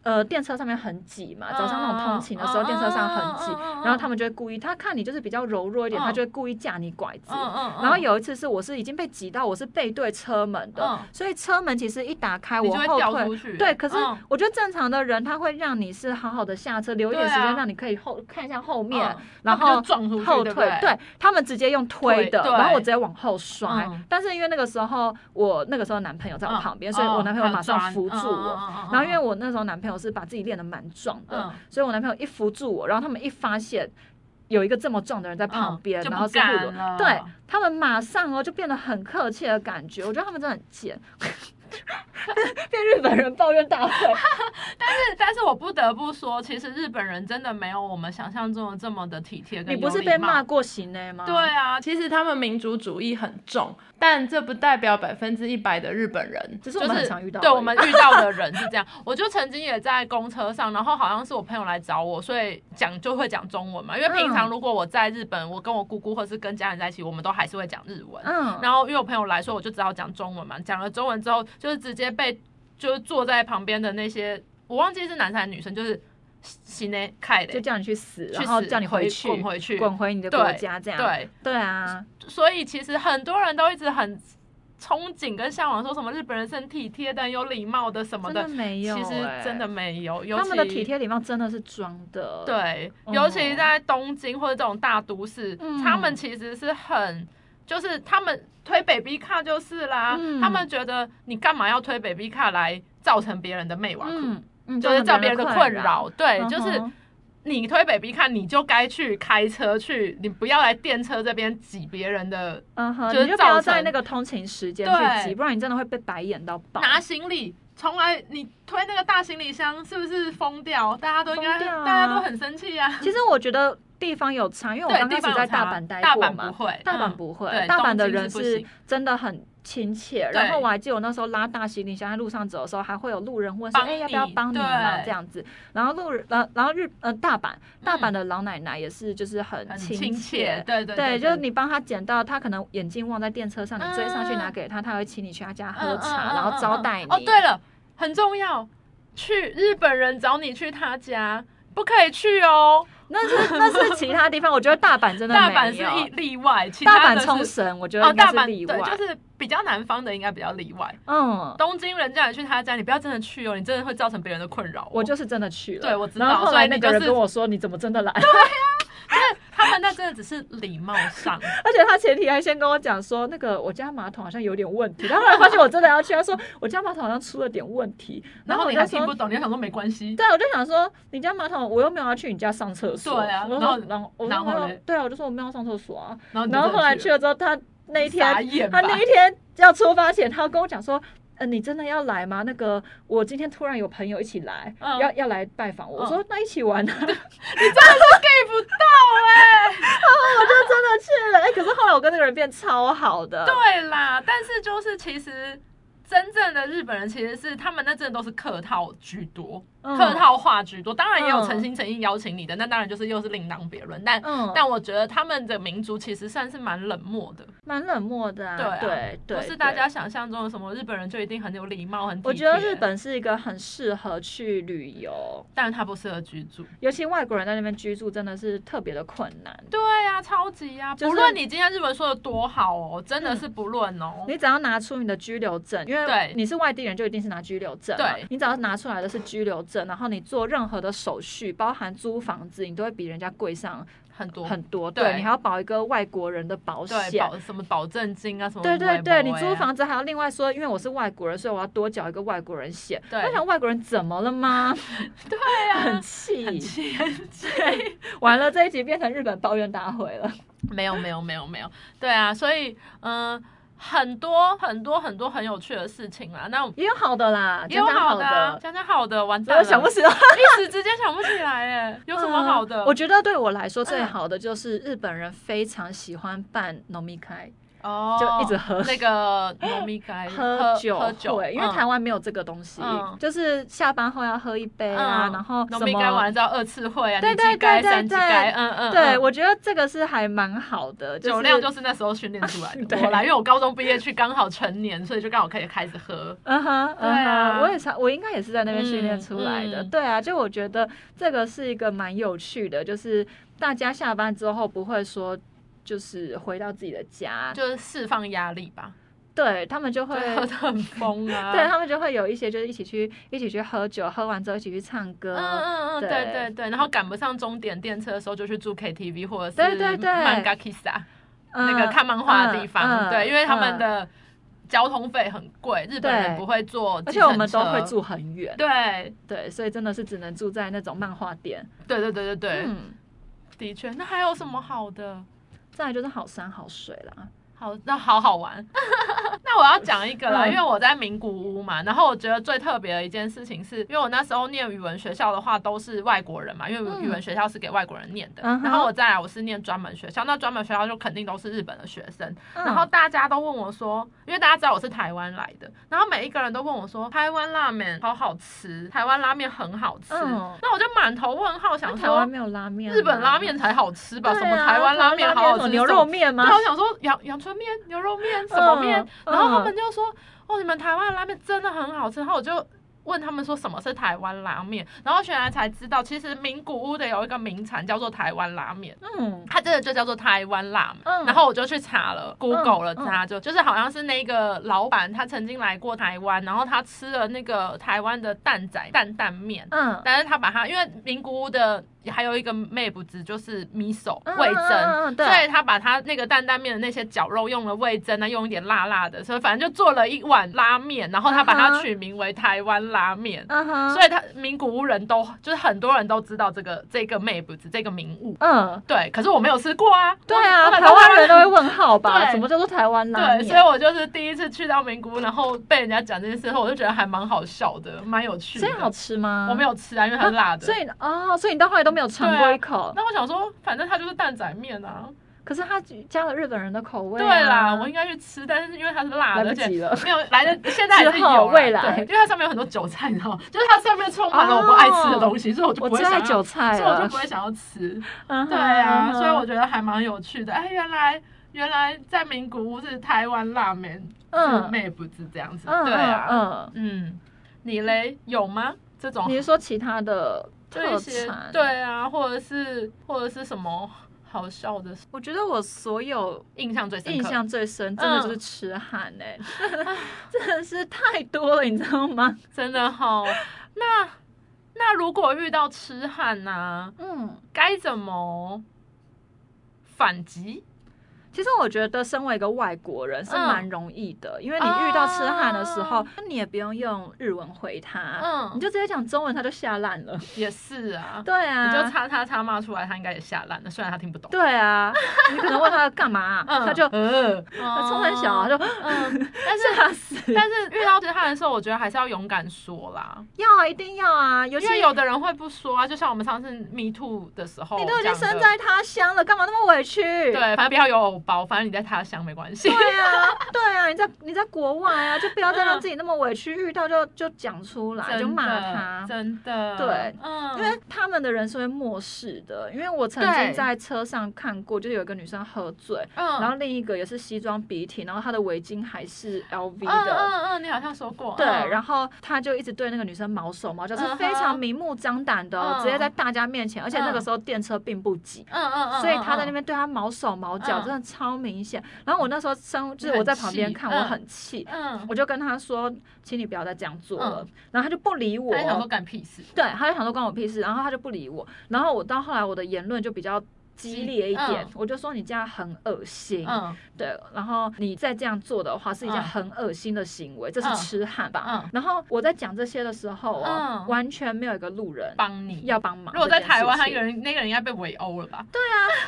Speaker 1: 呃电车上面很挤嘛，早上那种通勤的时候，
Speaker 2: 嗯
Speaker 1: 电车上很挤
Speaker 2: 嗯嗯嗯嗯，
Speaker 1: 然后他们就会故意，他看你就是比较柔弱一点，
Speaker 2: 嗯
Speaker 1: 他就会故意架你拐子。
Speaker 2: 嗯
Speaker 1: 然后有一次是我是已经被挤到，我是背对车门的
Speaker 2: 嗯，
Speaker 1: 所以车门其实一打开
Speaker 2: 你
Speaker 1: 我
Speaker 2: 就会
Speaker 1: 后
Speaker 2: 掉
Speaker 1: 退
Speaker 2: 出。去，
Speaker 1: 对，可是
Speaker 2: 嗯
Speaker 1: 我觉得正常的人他会让你是好好的下车，留一点
Speaker 2: 对
Speaker 1: 时
Speaker 2: 啊
Speaker 1: 间让你可以后看一下后面
Speaker 2: 嗯，
Speaker 1: 然
Speaker 2: 他们
Speaker 1: 后
Speaker 2: 就撞出去，
Speaker 1: 后
Speaker 2: 对
Speaker 1: 退，
Speaker 2: 不对，
Speaker 1: 他们直接用推的，
Speaker 2: 推对
Speaker 1: 然后我直接往后摔。
Speaker 2: 嗯
Speaker 1: 但是因为那个时候我那个时候男朋友在我
Speaker 2: 嗯
Speaker 1: 旁边，所以我男朋友马上扶住我。，然后因为
Speaker 2: 我
Speaker 1: 我那时候男朋友是把自己练得蛮壮的，
Speaker 2: 嗯
Speaker 1: 所以我男朋友一扶住我，然后他们一发现有一个这么壮的人在旁边，
Speaker 2: 嗯就
Speaker 1: 然
Speaker 2: 不
Speaker 1: 后是
Speaker 2: 敢
Speaker 1: 护着
Speaker 2: 了
Speaker 1: 我，对他们马上哦就变得很客气的感觉，我觉得他们真的很贱。 变日本人抱怨大会，
Speaker 2: 但是但是我不得不说，其实日本人真的没有我们想象中的这么的体贴跟
Speaker 1: 你不是
Speaker 2: 有礼
Speaker 1: 被
Speaker 2: 貌
Speaker 1: 骂过行呢吗？
Speaker 2: 对啊，
Speaker 3: 其实他们民族主义很重，但这不代表百分之一百的日本人。
Speaker 1: 只是
Speaker 2: 就
Speaker 1: 我
Speaker 2: 是
Speaker 1: 们很常遇到而已，
Speaker 2: 对我们遇到的人是这样。 我就曾经也在公车上，然后好像是我朋友来找我，所以讲就会讲中文嘛。因为平
Speaker 1: 嗯
Speaker 2: 常如果我在日本，我跟我姑姑或是跟家人在一起，我们都还是会讲日文。
Speaker 1: 嗯，
Speaker 2: 然后因为我朋友来，所以我就只好讲中文嘛。讲了中文之后，就是直接被就是坐在旁边的那些，我忘记是男生还是女生，就是洗内开的
Speaker 1: 就，叫你去死，
Speaker 2: 去
Speaker 1: 然后
Speaker 2: 死
Speaker 1: 叫你回去，
Speaker 2: 滚回去，
Speaker 1: 滚回你的
Speaker 2: 对
Speaker 1: 国家，这样
Speaker 2: 对，
Speaker 1: 对啊，
Speaker 2: 所以其实很多人都一直很憧憬跟向往，说什么日本人是很体贴的、有礼貌的什么
Speaker 1: 真
Speaker 2: 的
Speaker 1: 的。没有、
Speaker 2: 其实
Speaker 1: 欸
Speaker 2: 真的。没有，尤其
Speaker 1: 他们的体贴礼貌真的是装的，，
Speaker 2: 对，
Speaker 1: 哦
Speaker 2: 尤其在东京或者这种大都市，
Speaker 1: 嗯
Speaker 2: 他们其实是很，就是他们推 baby 卡就是啦，
Speaker 1: 嗯
Speaker 2: 他们觉得你干嘛要推 baby 卡来造成别人的魅网、
Speaker 1: 嗯嗯，
Speaker 2: 就是造
Speaker 1: 造
Speaker 2: 成别人的困，扰，对，
Speaker 1: 嗯哼
Speaker 2: 就是你推 baby 卡，你就该去开车去，你不要来电车这边挤别人的
Speaker 1: 嗯哼，
Speaker 2: 就是
Speaker 1: 你就不要
Speaker 2: 造成
Speaker 1: 在那个通勤时间
Speaker 2: 对
Speaker 1: 去挤，不然你真的会被白眼到爆。
Speaker 2: 拿行李，从来你推那个大行李箱是不是疯掉？大家都应该，
Speaker 1: 疯掉啊
Speaker 2: 大家都很生气啊。
Speaker 1: 其实我觉得地方有差，因为我
Speaker 2: 对
Speaker 1: 刚开
Speaker 2: 地方
Speaker 1: 始
Speaker 2: 有
Speaker 1: 在
Speaker 2: 差
Speaker 1: 大阪待
Speaker 2: 大
Speaker 1: 过
Speaker 2: 阪
Speaker 1: 嘛，
Speaker 2: 不会
Speaker 1: 大阪
Speaker 2: 嗯
Speaker 1: 不会，
Speaker 2: 对
Speaker 1: 大阪
Speaker 2: 东
Speaker 1: 的
Speaker 2: 京
Speaker 1: 人
Speaker 2: 是不
Speaker 1: 是
Speaker 2: 行
Speaker 1: 真的很亲切。
Speaker 2: 对
Speaker 1: 然后我还记得我那时候拉大行李箱在路上走的时候，还会有路人问说：“
Speaker 2: 帮
Speaker 1: 哎，要不要
Speaker 2: 你
Speaker 1: 帮你忙
Speaker 2: 对？”
Speaker 1: 这样子。然后路人，呃，然后日，呃，大阪，大阪
Speaker 2: 嗯
Speaker 1: 的老奶奶也是，就是很
Speaker 2: 很
Speaker 1: 亲
Speaker 2: 切，。对对
Speaker 1: 对，
Speaker 2: 对，
Speaker 1: 就是你帮她捡到，她可能眼镜忘在电车上，你追上去拿给她，她会请你去她家
Speaker 2: 嗯
Speaker 1: 喝
Speaker 2: 嗯
Speaker 1: 茶，
Speaker 2: 嗯
Speaker 1: 然
Speaker 2: 嗯
Speaker 1: 后招待你。
Speaker 2: 嗯哦，对了，很重要，去日本人找你去他家，不可以去哦。
Speaker 1: 那是那是其他地方，我觉得大阪真的
Speaker 2: 大阪
Speaker 1: 没
Speaker 2: 是
Speaker 1: 有
Speaker 2: 例例外，其
Speaker 1: 大
Speaker 2: 他
Speaker 1: 阪
Speaker 2: 的是
Speaker 1: 冲绳，我觉得
Speaker 2: 哦，
Speaker 1: 应该
Speaker 2: 大
Speaker 1: 是
Speaker 2: 阪
Speaker 1: 例
Speaker 2: 对，
Speaker 1: 外。
Speaker 2: 就是比较南方的应该比较例外。
Speaker 1: 嗯，
Speaker 2: 东京人叫你去他家，你不要真的去哦，你真的会造成别人的困扰哦、
Speaker 1: 我就是真的去了。
Speaker 2: 对我知道
Speaker 1: 然后后
Speaker 2: 所以
Speaker 1: 来
Speaker 2: 你
Speaker 1: 那个人
Speaker 2: 就是
Speaker 1: 跟我说：“你怎么真的来？”
Speaker 2: 他们看待真的只是礼貌 上，
Speaker 1: 而且他前提还先跟我讲说，那个我家马桶好像有点问题，然后后来发现我真的要去，他说我家马桶好像出了点问题，
Speaker 2: 然后
Speaker 1: 我
Speaker 2: 你
Speaker 1: 就
Speaker 2: 还听不
Speaker 1: 说。
Speaker 2: 懂，你就想说没关系，
Speaker 1: 对，我就想说，你家马桶我又没有要去你家上厕所，
Speaker 2: 对啊
Speaker 1: 我就
Speaker 2: 然后
Speaker 1: 说然后我就
Speaker 2: 然后
Speaker 1: 说
Speaker 2: 嘞
Speaker 1: 对啊，我就说我没有要上厕所啊，
Speaker 2: 然后你就
Speaker 1: 然后
Speaker 2: 真的
Speaker 1: 后来去
Speaker 2: 去
Speaker 1: 了之后，他那一天
Speaker 2: 傻眼吧
Speaker 1: 他那一天要出发前，他跟我讲说：“呃，你真的要来吗？那个，我今天突然有朋友一起来，
Speaker 2: 嗯
Speaker 1: 要要来拜访我。我说：“那一起玩啊！”我就真的
Speaker 2: get 不到哎、
Speaker 1: 去了。哎、可是后来我跟那个人变超好的。
Speaker 2: 对啊啦，但是就是其实真正的日本人其实是他们那真的都是客套居多，
Speaker 1: 嗯
Speaker 2: 客套话居多。当然也有
Speaker 1: 嗯
Speaker 2: 诚心诚意邀请你的，那当然就是又是另当别论。但、
Speaker 1: 嗯，
Speaker 2: 但我觉得他们的民族其实算是蛮冷漠的，
Speaker 1: 蛮冷漠的啊。
Speaker 2: 对啊
Speaker 1: 对对，
Speaker 2: 不是大
Speaker 1: 对
Speaker 2: 家想象中的什么日本人就一定很有礼貌、很体贴。
Speaker 1: 我觉得日，本是一个很适合去旅游，
Speaker 2: 但是他不适合居住。
Speaker 1: 尤其外国人在那边居住真的是特别的困难。
Speaker 2: 对啊，超级啊！
Speaker 1: 就是嗯
Speaker 2: 不论你今天日文说的多好哦，真的是不论哦。
Speaker 1: 你只要拿出你的居留证，因为
Speaker 2: 对
Speaker 1: 你是外地人，就一定是拿居留证嘛。
Speaker 2: 对
Speaker 1: 你只要拿出来的是居留证，然后你做任何的手续，包含租房子，你都会比人家贵上
Speaker 2: 很多
Speaker 1: 很多。
Speaker 2: 对
Speaker 1: 对你还要保一个外国人的保
Speaker 2: 对
Speaker 1: 险。
Speaker 2: 保什么保证金啊什么
Speaker 1: 对
Speaker 2: 微博
Speaker 1: 对
Speaker 2: 呀，
Speaker 1: 对，你租房子还要另外说，因为我是外国人，所以我要多缴一个外国人险。
Speaker 2: 对
Speaker 1: 我想外国人怎么了吗？
Speaker 2: 对啊，
Speaker 1: 很气，
Speaker 2: 很气，很气。
Speaker 1: 完了这一集变成日本抱怨大会了。
Speaker 2: 没有，没有，没有，没有。对啊，所以嗯、呃很多很多很多很有趣的事情啦。那我
Speaker 1: 也有好的啦，
Speaker 2: 也有
Speaker 1: 讲讲好
Speaker 2: 的啊，讲讲好的，完
Speaker 1: 我
Speaker 2: 蛋了，
Speaker 1: 想不起来。
Speaker 2: 一时之间想不起来，哎，有什么好的？嗯
Speaker 1: 嗯我觉得对我来说最好的就是日本人非常喜欢办农民开，
Speaker 2: 哦，
Speaker 1: 就一直喝
Speaker 2: 那个糯米该
Speaker 1: 喝酒
Speaker 2: 喝酒，
Speaker 1: 会，因为
Speaker 2: 嗯
Speaker 1: 台湾没有这个东西
Speaker 2: 嗯，
Speaker 1: 就是下班后要喝一杯啊，然后
Speaker 2: 农
Speaker 1: 什
Speaker 2: 民该完
Speaker 1: 么
Speaker 2: 了。之后二次会啊，
Speaker 1: 对
Speaker 2: 你
Speaker 1: 对
Speaker 2: 几该
Speaker 1: 对
Speaker 2: 三几
Speaker 1: 对
Speaker 2: 该，嗯嗯，
Speaker 1: 对，
Speaker 2: 嗯
Speaker 1: 我觉得这个是还蛮好的，
Speaker 2: 酒量就是是那时候训练出来的。
Speaker 1: 对
Speaker 2: 我来，因为我高中毕业去刚好成年，所以就刚好可以开始喝。
Speaker 1: 嗯哼
Speaker 2: 对啊
Speaker 1: 嗯哼，我也常我应该也是在那边训练出来的，
Speaker 2: 嗯嗯
Speaker 1: 对啊，就我觉得这个是一个蛮有趣的，就是大家下班之后不会说。就是回到自己的家，
Speaker 2: 就是释放压力吧，
Speaker 1: 对他们就
Speaker 2: 就
Speaker 1: 会
Speaker 2: 喝得很疯啊。
Speaker 1: 对他们就会有一些就是一起去一起去喝酒，喝完之后一起去唱歌。
Speaker 2: 嗯嗯嗯，
Speaker 1: 对
Speaker 2: 对对对，然后赶不上终点电车的时候，就去住 KTV 或者是
Speaker 1: 对对对
Speaker 2: manga kissa
Speaker 1: 嗯
Speaker 2: 那个看漫画的地方，
Speaker 1: 嗯
Speaker 2: 对，因为他们
Speaker 1: 嗯
Speaker 2: 的交通费很贵，日本人
Speaker 1: 对
Speaker 2: 不会坐，
Speaker 1: 而且我们都会，住很远，
Speaker 2: 对
Speaker 1: 对，所以真的是只能住在那种漫画店。
Speaker 2: 对对对对对，
Speaker 1: 嗯，
Speaker 2: 的确，那还有什么好的？
Speaker 1: 再来就是好山好水啦。
Speaker 2: 好，那好好玩。 那我要讲一个啦，
Speaker 1: 嗯
Speaker 2: 因为我在名古屋嘛，然后我觉得最特别的一件事情是，因为我那时候念语文学校的话都是外国人嘛，因为
Speaker 1: 嗯
Speaker 2: 语文学校是给外国人念的。
Speaker 1: 嗯哼
Speaker 2: 然后我再来我是念专门学校，那专门学校就肯定都是日本的学生。
Speaker 1: 嗯
Speaker 2: 然后大家都问我说，因为大家知道我是台湾来的，然后每一个人都问我说，台湾拉面好好吃，台湾拉面很好吃。
Speaker 1: 嗯
Speaker 2: 那我就满头问号，想
Speaker 1: 台湾
Speaker 2: 说
Speaker 1: 没有拉面吗，
Speaker 2: 日本拉面才好吃吧？
Speaker 1: 对啊
Speaker 2: 什么台湾拉面好好
Speaker 1: 什
Speaker 2: 吃？
Speaker 1: 么牛肉面吗
Speaker 2: 对，？啊我想说阳阳春面、牛肉面什么面，
Speaker 1: 嗯
Speaker 2: 然后他们就说：“哦，你们台湾的拉面真的很好吃。”然后我就问他们说什么是台湾拉面，然后原来才知道，其实名古屋的有一个名产叫做台湾拉面。
Speaker 1: 嗯，
Speaker 2: 它真的就叫做台湾辣面，
Speaker 1: 嗯
Speaker 2: 然后我就去查了，Google 了
Speaker 1: 嗯
Speaker 2: 查，就就是好像是那个老板他曾经来过台湾，然后他吃了那个台湾的蛋仔蛋蛋面，
Speaker 1: 嗯，
Speaker 2: 但是他把它，因为名古屋的还有一个妹不值就是米手
Speaker 1: 嗯
Speaker 2: 味
Speaker 1: 嗯
Speaker 2: 增，
Speaker 1: 嗯嗯对
Speaker 2: 所以他把他那个担担面的那些绞肉用了味增，啊那用一点辣辣的，所以 反正就做了一碗拉面，然后他把
Speaker 1: 嗯
Speaker 2: 它
Speaker 1: 哼
Speaker 2: 取名为台湾拉面。
Speaker 1: 嗯哼，
Speaker 2: 所
Speaker 1: 以
Speaker 2: 以他名古屋人都就是很多人都知道这个这个妹不值这个名物，
Speaker 1: 嗯，
Speaker 2: 对，可是我没有吃过啊，
Speaker 1: 对
Speaker 2: 我
Speaker 1: 啊，
Speaker 2: 买
Speaker 1: 台湾人都会
Speaker 2: 拉面
Speaker 1: 问号吧？
Speaker 2: 对
Speaker 1: 什么叫做台湾拉面？
Speaker 2: 对，所以我就是第一次去到名古屋，然后被人家讲这件事后，我就觉得还蛮好笑的，蛮有趣的。
Speaker 1: 所以好吃吗？
Speaker 2: 我没有吃啊，因为它是辣的。
Speaker 1: 所以哦，所以你到后来都没有尝过一口，
Speaker 2: 那我想说，反正它就是蛋仔面啊。
Speaker 1: 可是它加了日本人的口味啊。
Speaker 2: 对啦，我应该去吃，但是因为它是辣
Speaker 1: 来不
Speaker 2: 的，而且
Speaker 1: 及了。
Speaker 2: 没有来的，现在还是
Speaker 1: 之后
Speaker 2: 有啦
Speaker 1: 未来哦
Speaker 2: 对因为它上面有很多韭菜，你知道吗？ 就是它上面充满了我不爱吃的东西，所以我就
Speaker 1: 我
Speaker 2: 不会
Speaker 1: 最
Speaker 2: 想
Speaker 1: 爱
Speaker 2: 要，
Speaker 1: 韭菜
Speaker 2: 所以我就
Speaker 1: 了
Speaker 2: 不。会想要吃。
Speaker 1: 嗯哼
Speaker 2: 对啊，
Speaker 1: 嗯哼
Speaker 2: 所以我觉得还蛮有趣的。哎，原来原来在名古屋是台湾辣面，嗯，
Speaker 1: 嗯
Speaker 2: 妹不是这样子，
Speaker 1: 嗯
Speaker 2: 对啊，
Speaker 1: 嗯，
Speaker 2: 嗯，你嘞有吗？这种
Speaker 1: 嗯你是说其他的
Speaker 2: 就
Speaker 1: 特
Speaker 2: 一些
Speaker 1: 产？
Speaker 2: 对，啊，或者是或者是什么好笑的
Speaker 1: 我觉得我所有
Speaker 2: 印象最深刻，
Speaker 1: 印象最深，真的
Speaker 2: 嗯
Speaker 1: 就是痴汉哎， 真的是太多了，你知道 吗？
Speaker 2: 真的好。那啊那如果遇到痴汉呢、
Speaker 1: 嗯，
Speaker 2: 该怎么反击？
Speaker 1: 其实我觉得，身为一个外国人是
Speaker 2: 嗯
Speaker 1: 蛮容易的，因为你遇到痴汉的时候
Speaker 2: 哦，
Speaker 1: 那你也不用用日文回他，啊你
Speaker 2: 嗯，
Speaker 1: 就直接讲中文，他就吓烂了。
Speaker 2: 也是啊，
Speaker 1: 对
Speaker 2: 你
Speaker 1: 啊，
Speaker 2: 就叉叉叉骂出来，他应该也吓烂了，虽然他听不懂。
Speaker 1: 对啊，你可能问他干嘛，
Speaker 2: 嗯
Speaker 1: 他就
Speaker 2: 嗯，
Speaker 1: 他
Speaker 2: 他
Speaker 1: 冲很小，啊他就
Speaker 2: 嗯，但是
Speaker 1: 吓死。
Speaker 2: 但是遇到其他人的时候，我觉得还是要勇敢说啦，
Speaker 1: 要啊，一定要啊，尤其
Speaker 2: 因为有的人会不说啊，就像我们上次 Me Too 的时候，
Speaker 1: 你都已经
Speaker 2: 讲
Speaker 1: 身
Speaker 2: 的
Speaker 1: 在他乡了，干嘛那么委屈？
Speaker 2: 对，反正不要有偶包，反正你在他乡没关系。
Speaker 1: 对啊，对啊，你在你在国外啊，就不要再让自己那么委屈，遇到就就讲出来，
Speaker 2: 真
Speaker 1: 啊就
Speaker 2: 的
Speaker 1: 骂他。
Speaker 2: 真的，
Speaker 1: 对，
Speaker 2: 嗯，
Speaker 1: 因为他们的人是会漠视的，因为我曾经
Speaker 2: 对
Speaker 1: 在车上看过，就是有一个女生喝醉，
Speaker 2: 嗯，
Speaker 1: 然后另一个也是西装笔挺，然后她的围巾还是 LV
Speaker 2: 嗯
Speaker 1: 的，
Speaker 2: 嗯嗯，你好像说过，
Speaker 1: 对，
Speaker 2: 嗯
Speaker 1: 然后他就一直对那个女生毛手毛脚，是
Speaker 2: 嗯哼
Speaker 1: 非常明目张胆的哦、
Speaker 2: 嗯
Speaker 1: 直接在大家面前，而且那个
Speaker 2: 嗯
Speaker 1: 时候电车并不挤。
Speaker 2: 嗯嗯嗯，
Speaker 1: 所以他在那
Speaker 2: 嗯。
Speaker 1: 边对他毛手毛脚，
Speaker 2: 嗯
Speaker 1: 真的超明显。然后我那时候身就是
Speaker 2: 你
Speaker 1: 我
Speaker 2: 很
Speaker 1: 在旁边看，
Speaker 2: 气
Speaker 1: 我
Speaker 2: 嗯
Speaker 1: 很气，
Speaker 2: 嗯，
Speaker 1: 我就跟他说，请你不要再这样做了。然后他就不理我
Speaker 2: 他，想说干屁事，
Speaker 1: 对，他就想说关我屁事，然后他就不理我。然后我到后来我的言论就比较激烈一点，
Speaker 2: 嗯
Speaker 1: 我就说你这样很恶心，
Speaker 2: 嗯
Speaker 1: 对，然后你再这样做的话，是一件
Speaker 2: 嗯
Speaker 1: 很恶心的行为，这是
Speaker 2: 嗯
Speaker 1: 痴汉吧？
Speaker 2: 嗯，
Speaker 1: 然后我在讲这些的时候啊，
Speaker 2: 嗯
Speaker 1: 完全没有一个路人
Speaker 2: 帮你。
Speaker 1: 要帮忙。
Speaker 2: 如果在台湾，他一个
Speaker 1: 人，
Speaker 2: 人那个人应该被围殴了吧？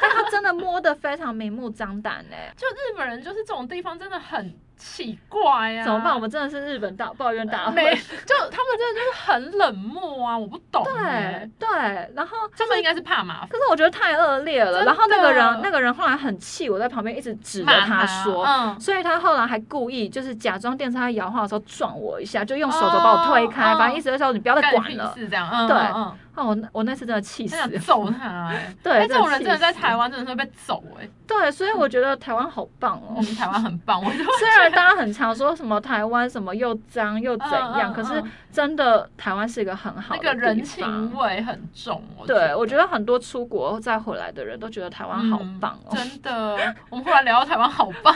Speaker 1: 但他真的摸得非常明目张胆 哎、
Speaker 2: 就日本人就是这种地方真的很奇怪呀、
Speaker 1: 怎么办？我们真的是日本大抱怨大
Speaker 2: 啊没
Speaker 1: 会。
Speaker 2: 就他们真的就是很冷漠啊，我不懂、
Speaker 1: 对
Speaker 2: 欸。
Speaker 1: 对，然后
Speaker 2: 他们应该是怕麻烦，
Speaker 1: 可是我觉得太恶劣了。
Speaker 2: 真的
Speaker 1: 然后那个人，那个人后来很气，我在旁边一直指着
Speaker 2: 骂
Speaker 1: 他说。
Speaker 2: 嗯，
Speaker 1: 所以他后来还故意就是假装电车在摇晃的时候撞我一下，就用手肘把我推开，
Speaker 2: 哦
Speaker 1: 反正意思就是说你不要再
Speaker 2: 干
Speaker 1: 管
Speaker 2: 屁
Speaker 1: 了。
Speaker 2: 事这样，嗯，
Speaker 1: 对
Speaker 2: 嗯嗯，
Speaker 1: 哦，我那我那次真的气死
Speaker 2: 真，想揍他、 欸。
Speaker 1: 对
Speaker 2: 哎，这种
Speaker 1: 真的
Speaker 2: 人真的
Speaker 1: 气
Speaker 2: 在
Speaker 1: 死
Speaker 2: 台湾真的是会被揍 哎、欸，
Speaker 1: 对，所以我觉得台湾好棒哦
Speaker 2: 我。嗯们台湾很棒，我就
Speaker 1: 虽然大家很常说什么台湾什么又脏又怎样，
Speaker 2: 嗯嗯
Speaker 1: 可是
Speaker 2: 嗯
Speaker 1: 真的台湾是一个很好
Speaker 2: 那
Speaker 1: 的
Speaker 2: 个人
Speaker 1: 地方
Speaker 2: 情。味很重，我
Speaker 1: 对，我觉得很多出国再回来的人都觉得台湾好棒哦。
Speaker 2: 嗯真的，我们忽然聊到台湾好 棒。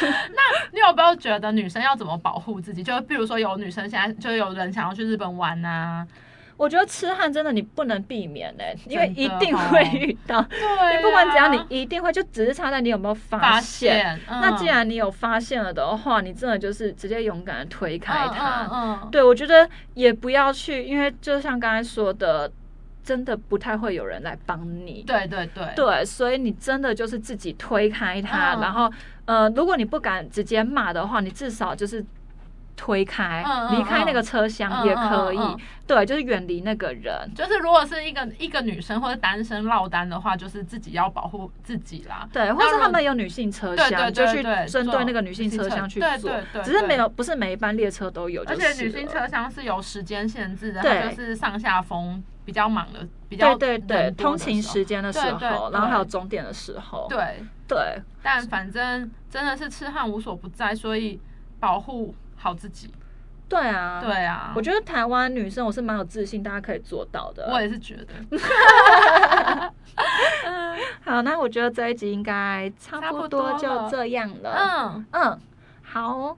Speaker 2: 那你有没有觉得女生要怎么保护自己？就比如说有女生现在就有人想要去日本玩啊，
Speaker 1: 我觉得痴汉真的你不能避免哎、因为
Speaker 2: 真的
Speaker 1: 一定会遇到，
Speaker 2: 对
Speaker 1: 你
Speaker 2: 啊
Speaker 1: 不管怎样你一定会，就只是差在你有没有
Speaker 2: 发
Speaker 1: 发现。
Speaker 2: 现，嗯
Speaker 1: 那既然你有发现了的话，你真的就是直接勇敢的推开它，
Speaker 2: 嗯嗯嗯
Speaker 1: 对，我觉得也不要去，因为就像刚才说的，真的不太会有人来帮你。
Speaker 2: 对对对，
Speaker 1: 对，所以你真的就是自己推开它，
Speaker 2: 嗯
Speaker 1: 然后呃，如果你不敢直接骂的话，你至少就是推开，
Speaker 2: 嗯嗯
Speaker 1: 离开那个车厢也可以。
Speaker 2: 嗯嗯嗯嗯
Speaker 1: 对，就是远离那个人。
Speaker 2: 就是如果是一个一个女生或者单身落单的话，就是自己要保护自己啦。
Speaker 1: 对，或
Speaker 2: 那
Speaker 1: 是
Speaker 2: 如
Speaker 1: 他们有女性车
Speaker 2: 对
Speaker 1: 厢，
Speaker 2: 对
Speaker 1: 你就
Speaker 2: 对
Speaker 1: 去
Speaker 2: 对
Speaker 1: 针对
Speaker 2: 做
Speaker 1: 那个女性
Speaker 2: 女性
Speaker 1: 车
Speaker 2: 车
Speaker 1: 厢去做，
Speaker 2: 对对对
Speaker 1: 只是没
Speaker 2: 对
Speaker 1: 有不是每一班列车都有就
Speaker 2: 而
Speaker 1: 是了，
Speaker 2: 且女性车厢是有时间限制的，
Speaker 1: 对
Speaker 2: 它就是上下风比较忙的，比较
Speaker 1: 对对对
Speaker 2: 人，多
Speaker 1: 通
Speaker 2: 的
Speaker 1: 勤
Speaker 2: 候
Speaker 1: 时间的时
Speaker 2: 对
Speaker 1: 候，
Speaker 2: 对
Speaker 1: 然后还有
Speaker 2: 对
Speaker 1: 终点的时候，
Speaker 2: 对，
Speaker 1: 对
Speaker 2: 但反正真的是痴汉无所不在，所以保护好自己。
Speaker 1: 对啊，
Speaker 2: 对啊，
Speaker 1: 我觉得台湾女生我是蛮有自信，大家可以做到的。
Speaker 2: 我也是觉得
Speaker 1: 嗯好，那我觉得这一集应该差
Speaker 2: 差
Speaker 1: 不
Speaker 2: 不
Speaker 1: 多
Speaker 2: 多
Speaker 1: 就
Speaker 2: 了
Speaker 1: 这样了。
Speaker 2: 嗯，
Speaker 1: 嗯，好，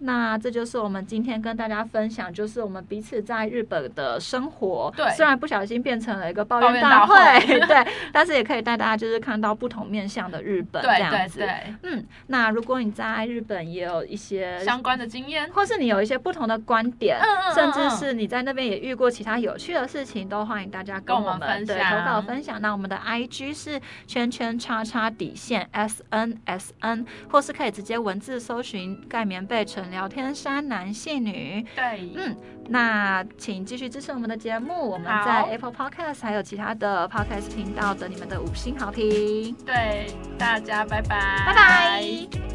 Speaker 1: 那这就是我们今天跟大家分享，就是我们彼此在日本的生活。
Speaker 2: 对
Speaker 1: 虽然不小心变成了一个抱
Speaker 2: 抱
Speaker 1: 怨
Speaker 2: 怨
Speaker 1: 大
Speaker 2: 大
Speaker 1: 会，
Speaker 2: 会
Speaker 1: 对，但是也可以带大家就是看到不同面向的日本
Speaker 2: 对
Speaker 1: 这样
Speaker 2: 对
Speaker 1: 子。
Speaker 2: 对，
Speaker 1: 嗯，那如果你在日本也有一些
Speaker 2: 相关的经验，
Speaker 1: 或是你有一些不同的观点，
Speaker 2: 嗯嗯嗯
Speaker 1: 甚至是你在那边也遇过其他有趣的事情，都欢迎大家跟
Speaker 2: 跟
Speaker 1: 我
Speaker 2: 我们
Speaker 1: 们
Speaker 2: 分
Speaker 1: 对
Speaker 2: 享
Speaker 1: 投稿分享。那我们的 I G 是圈圈叉叉底线 S N S N，或是可以直接文字搜寻盖棉被纯聊天山男性女。
Speaker 2: 对，
Speaker 1: 嗯那请继续支持我们的节目，我们在
Speaker 2: 好
Speaker 1: Apple Podcast 还有其他的 Podcast 频道等你们的五星好评。
Speaker 2: 对，大家拜拜，
Speaker 1: 拜拜。